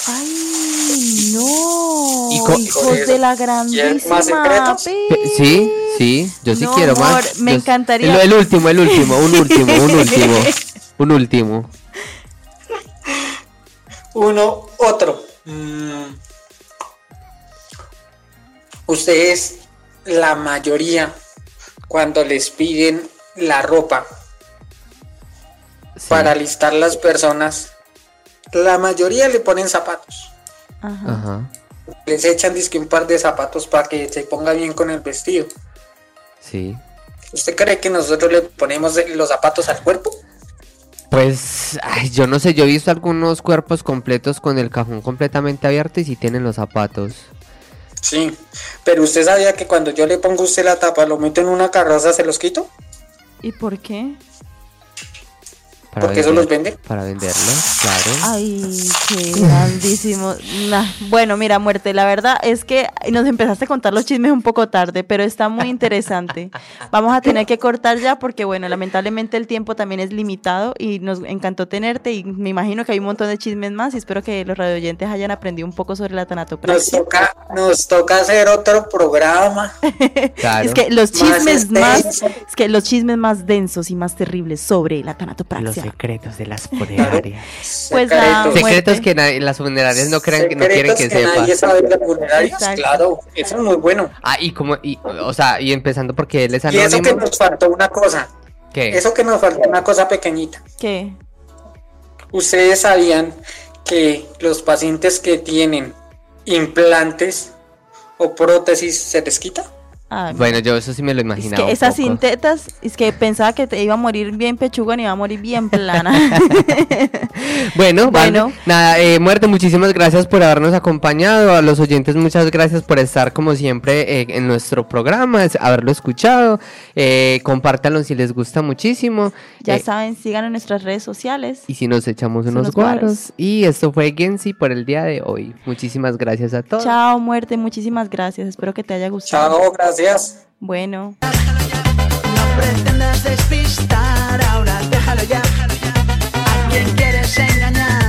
C: ¡Ay, no!
B: y
C: No,
B: co-
C: hijos de la
D: ¿Quieres más
C: grandísima.
D: secretos?
B: Pe-
C: P.
B: Sí, sí, yo sí
C: No,
B: quiero
C: amor,
B: más.
C: me
B: Yo-
C: encantaría.
B: El, el último, el último,
C: (laughs)
B: un último, un último. Un último.
D: Uno, otro. Mm. Ustedes, la mayoría, cuando les piden la ropa
B: Sí.
D: para alistar las personas, la mayoría le ponen zapatos.
C: Ajá.
B: Ajá.
D: Les echan disque un par de zapatos para que se ponga bien con el vestido.
B: Sí.
D: ¿Usted cree que nosotros le ponemos los zapatos al cuerpo?
B: Pues, ay, yo no sé, yo he visto algunos cuerpos completos con el cajón completamente abierto y si tienen los zapatos.
D: Sí, pero usted sabía que cuando yo le pongo a usted la tapa, lo meto en una carroza, se los quito,
C: ¿Y por qué?
B: Para
D: porque eso
B: vender-
D: los vende.
B: Para venderlos, claro.
C: Ay, qué grandísimo. Nah, Bueno, mira, muerte, la verdad es que nos empezaste a contar los chismes un poco tarde, pero está muy
D: (laughs)
C: interesante. Vamos a tener que cortar ya porque, bueno, lamentablemente el tiempo también es limitado y nos encantó tenerte y me imagino que hay un montón de chismes más y espero que los radioyentes hayan aprendido un poco sobre la
D: Nos
C: tanatopraxia.
D: toca, nos toca hacer otro programa.
B: claro.
C: Es que los
D: Más
C: chismes más,
D: extenso.
C: es que los chismes más densos y más terribles sobre la tanatopraxia.
B: secretos de las funerarias.
C: (laughs) Pues
D: Secretos.
C: nada, bueno.
B: secretos
C: Muerte.
B: que nadie- las funerarias no crean que no quieren
D: Secretos
B: que, sepa.
D: nadie sabe de las funerarias,
C: Exacto.
D: claro, eso es muy bueno.
B: Ah, y como, y, o sea, y empezando porque él es
D: Y eso
B: anónimo.
D: que nos faltó una cosa,
B: ¿Qué?
D: eso que nos faltó una cosa pequeñita.
C: ¿Qué?
D: ¿Ustedes sabían que los pacientes que tienen implantes o prótesis se les quita?
C: Ay,
B: Bueno, yo eso sí me lo
C: Es
B: imaginaba.
C: que
B: un
C: esas
B: poco.
C: sintetas, es que pensaba que te iba a morir bien pechugón y iba a morir bien
B: (laughs)
C: plana. (laughs)
B: Bueno, bueno.
C: Bueno.
B: Nada, eh, Muerte, muchísimas gracias por habernos acompañado. A los oyentes, muchas gracias por estar, como siempre, eh, en nuestro programa, es- haberlo escuchado. Eh, compártanlo si les gusta muchísimo.
C: ya
B: Eh,
C: saben, sigan en nuestras redes sociales.
B: Y si nos echamos unos,
C: Unos
B: guaros.
C: guaros.
B: Y esto fue Gensi por el día de hoy. Muchísimas gracias a todos.
C: Chao, muerte, muchísimas gracias. Espero que te haya gustado.
D: Chao, gracias.
C: Bueno.
A: No pretendas despistar, ahora déjalo ya. ¿A quién quieres engañar?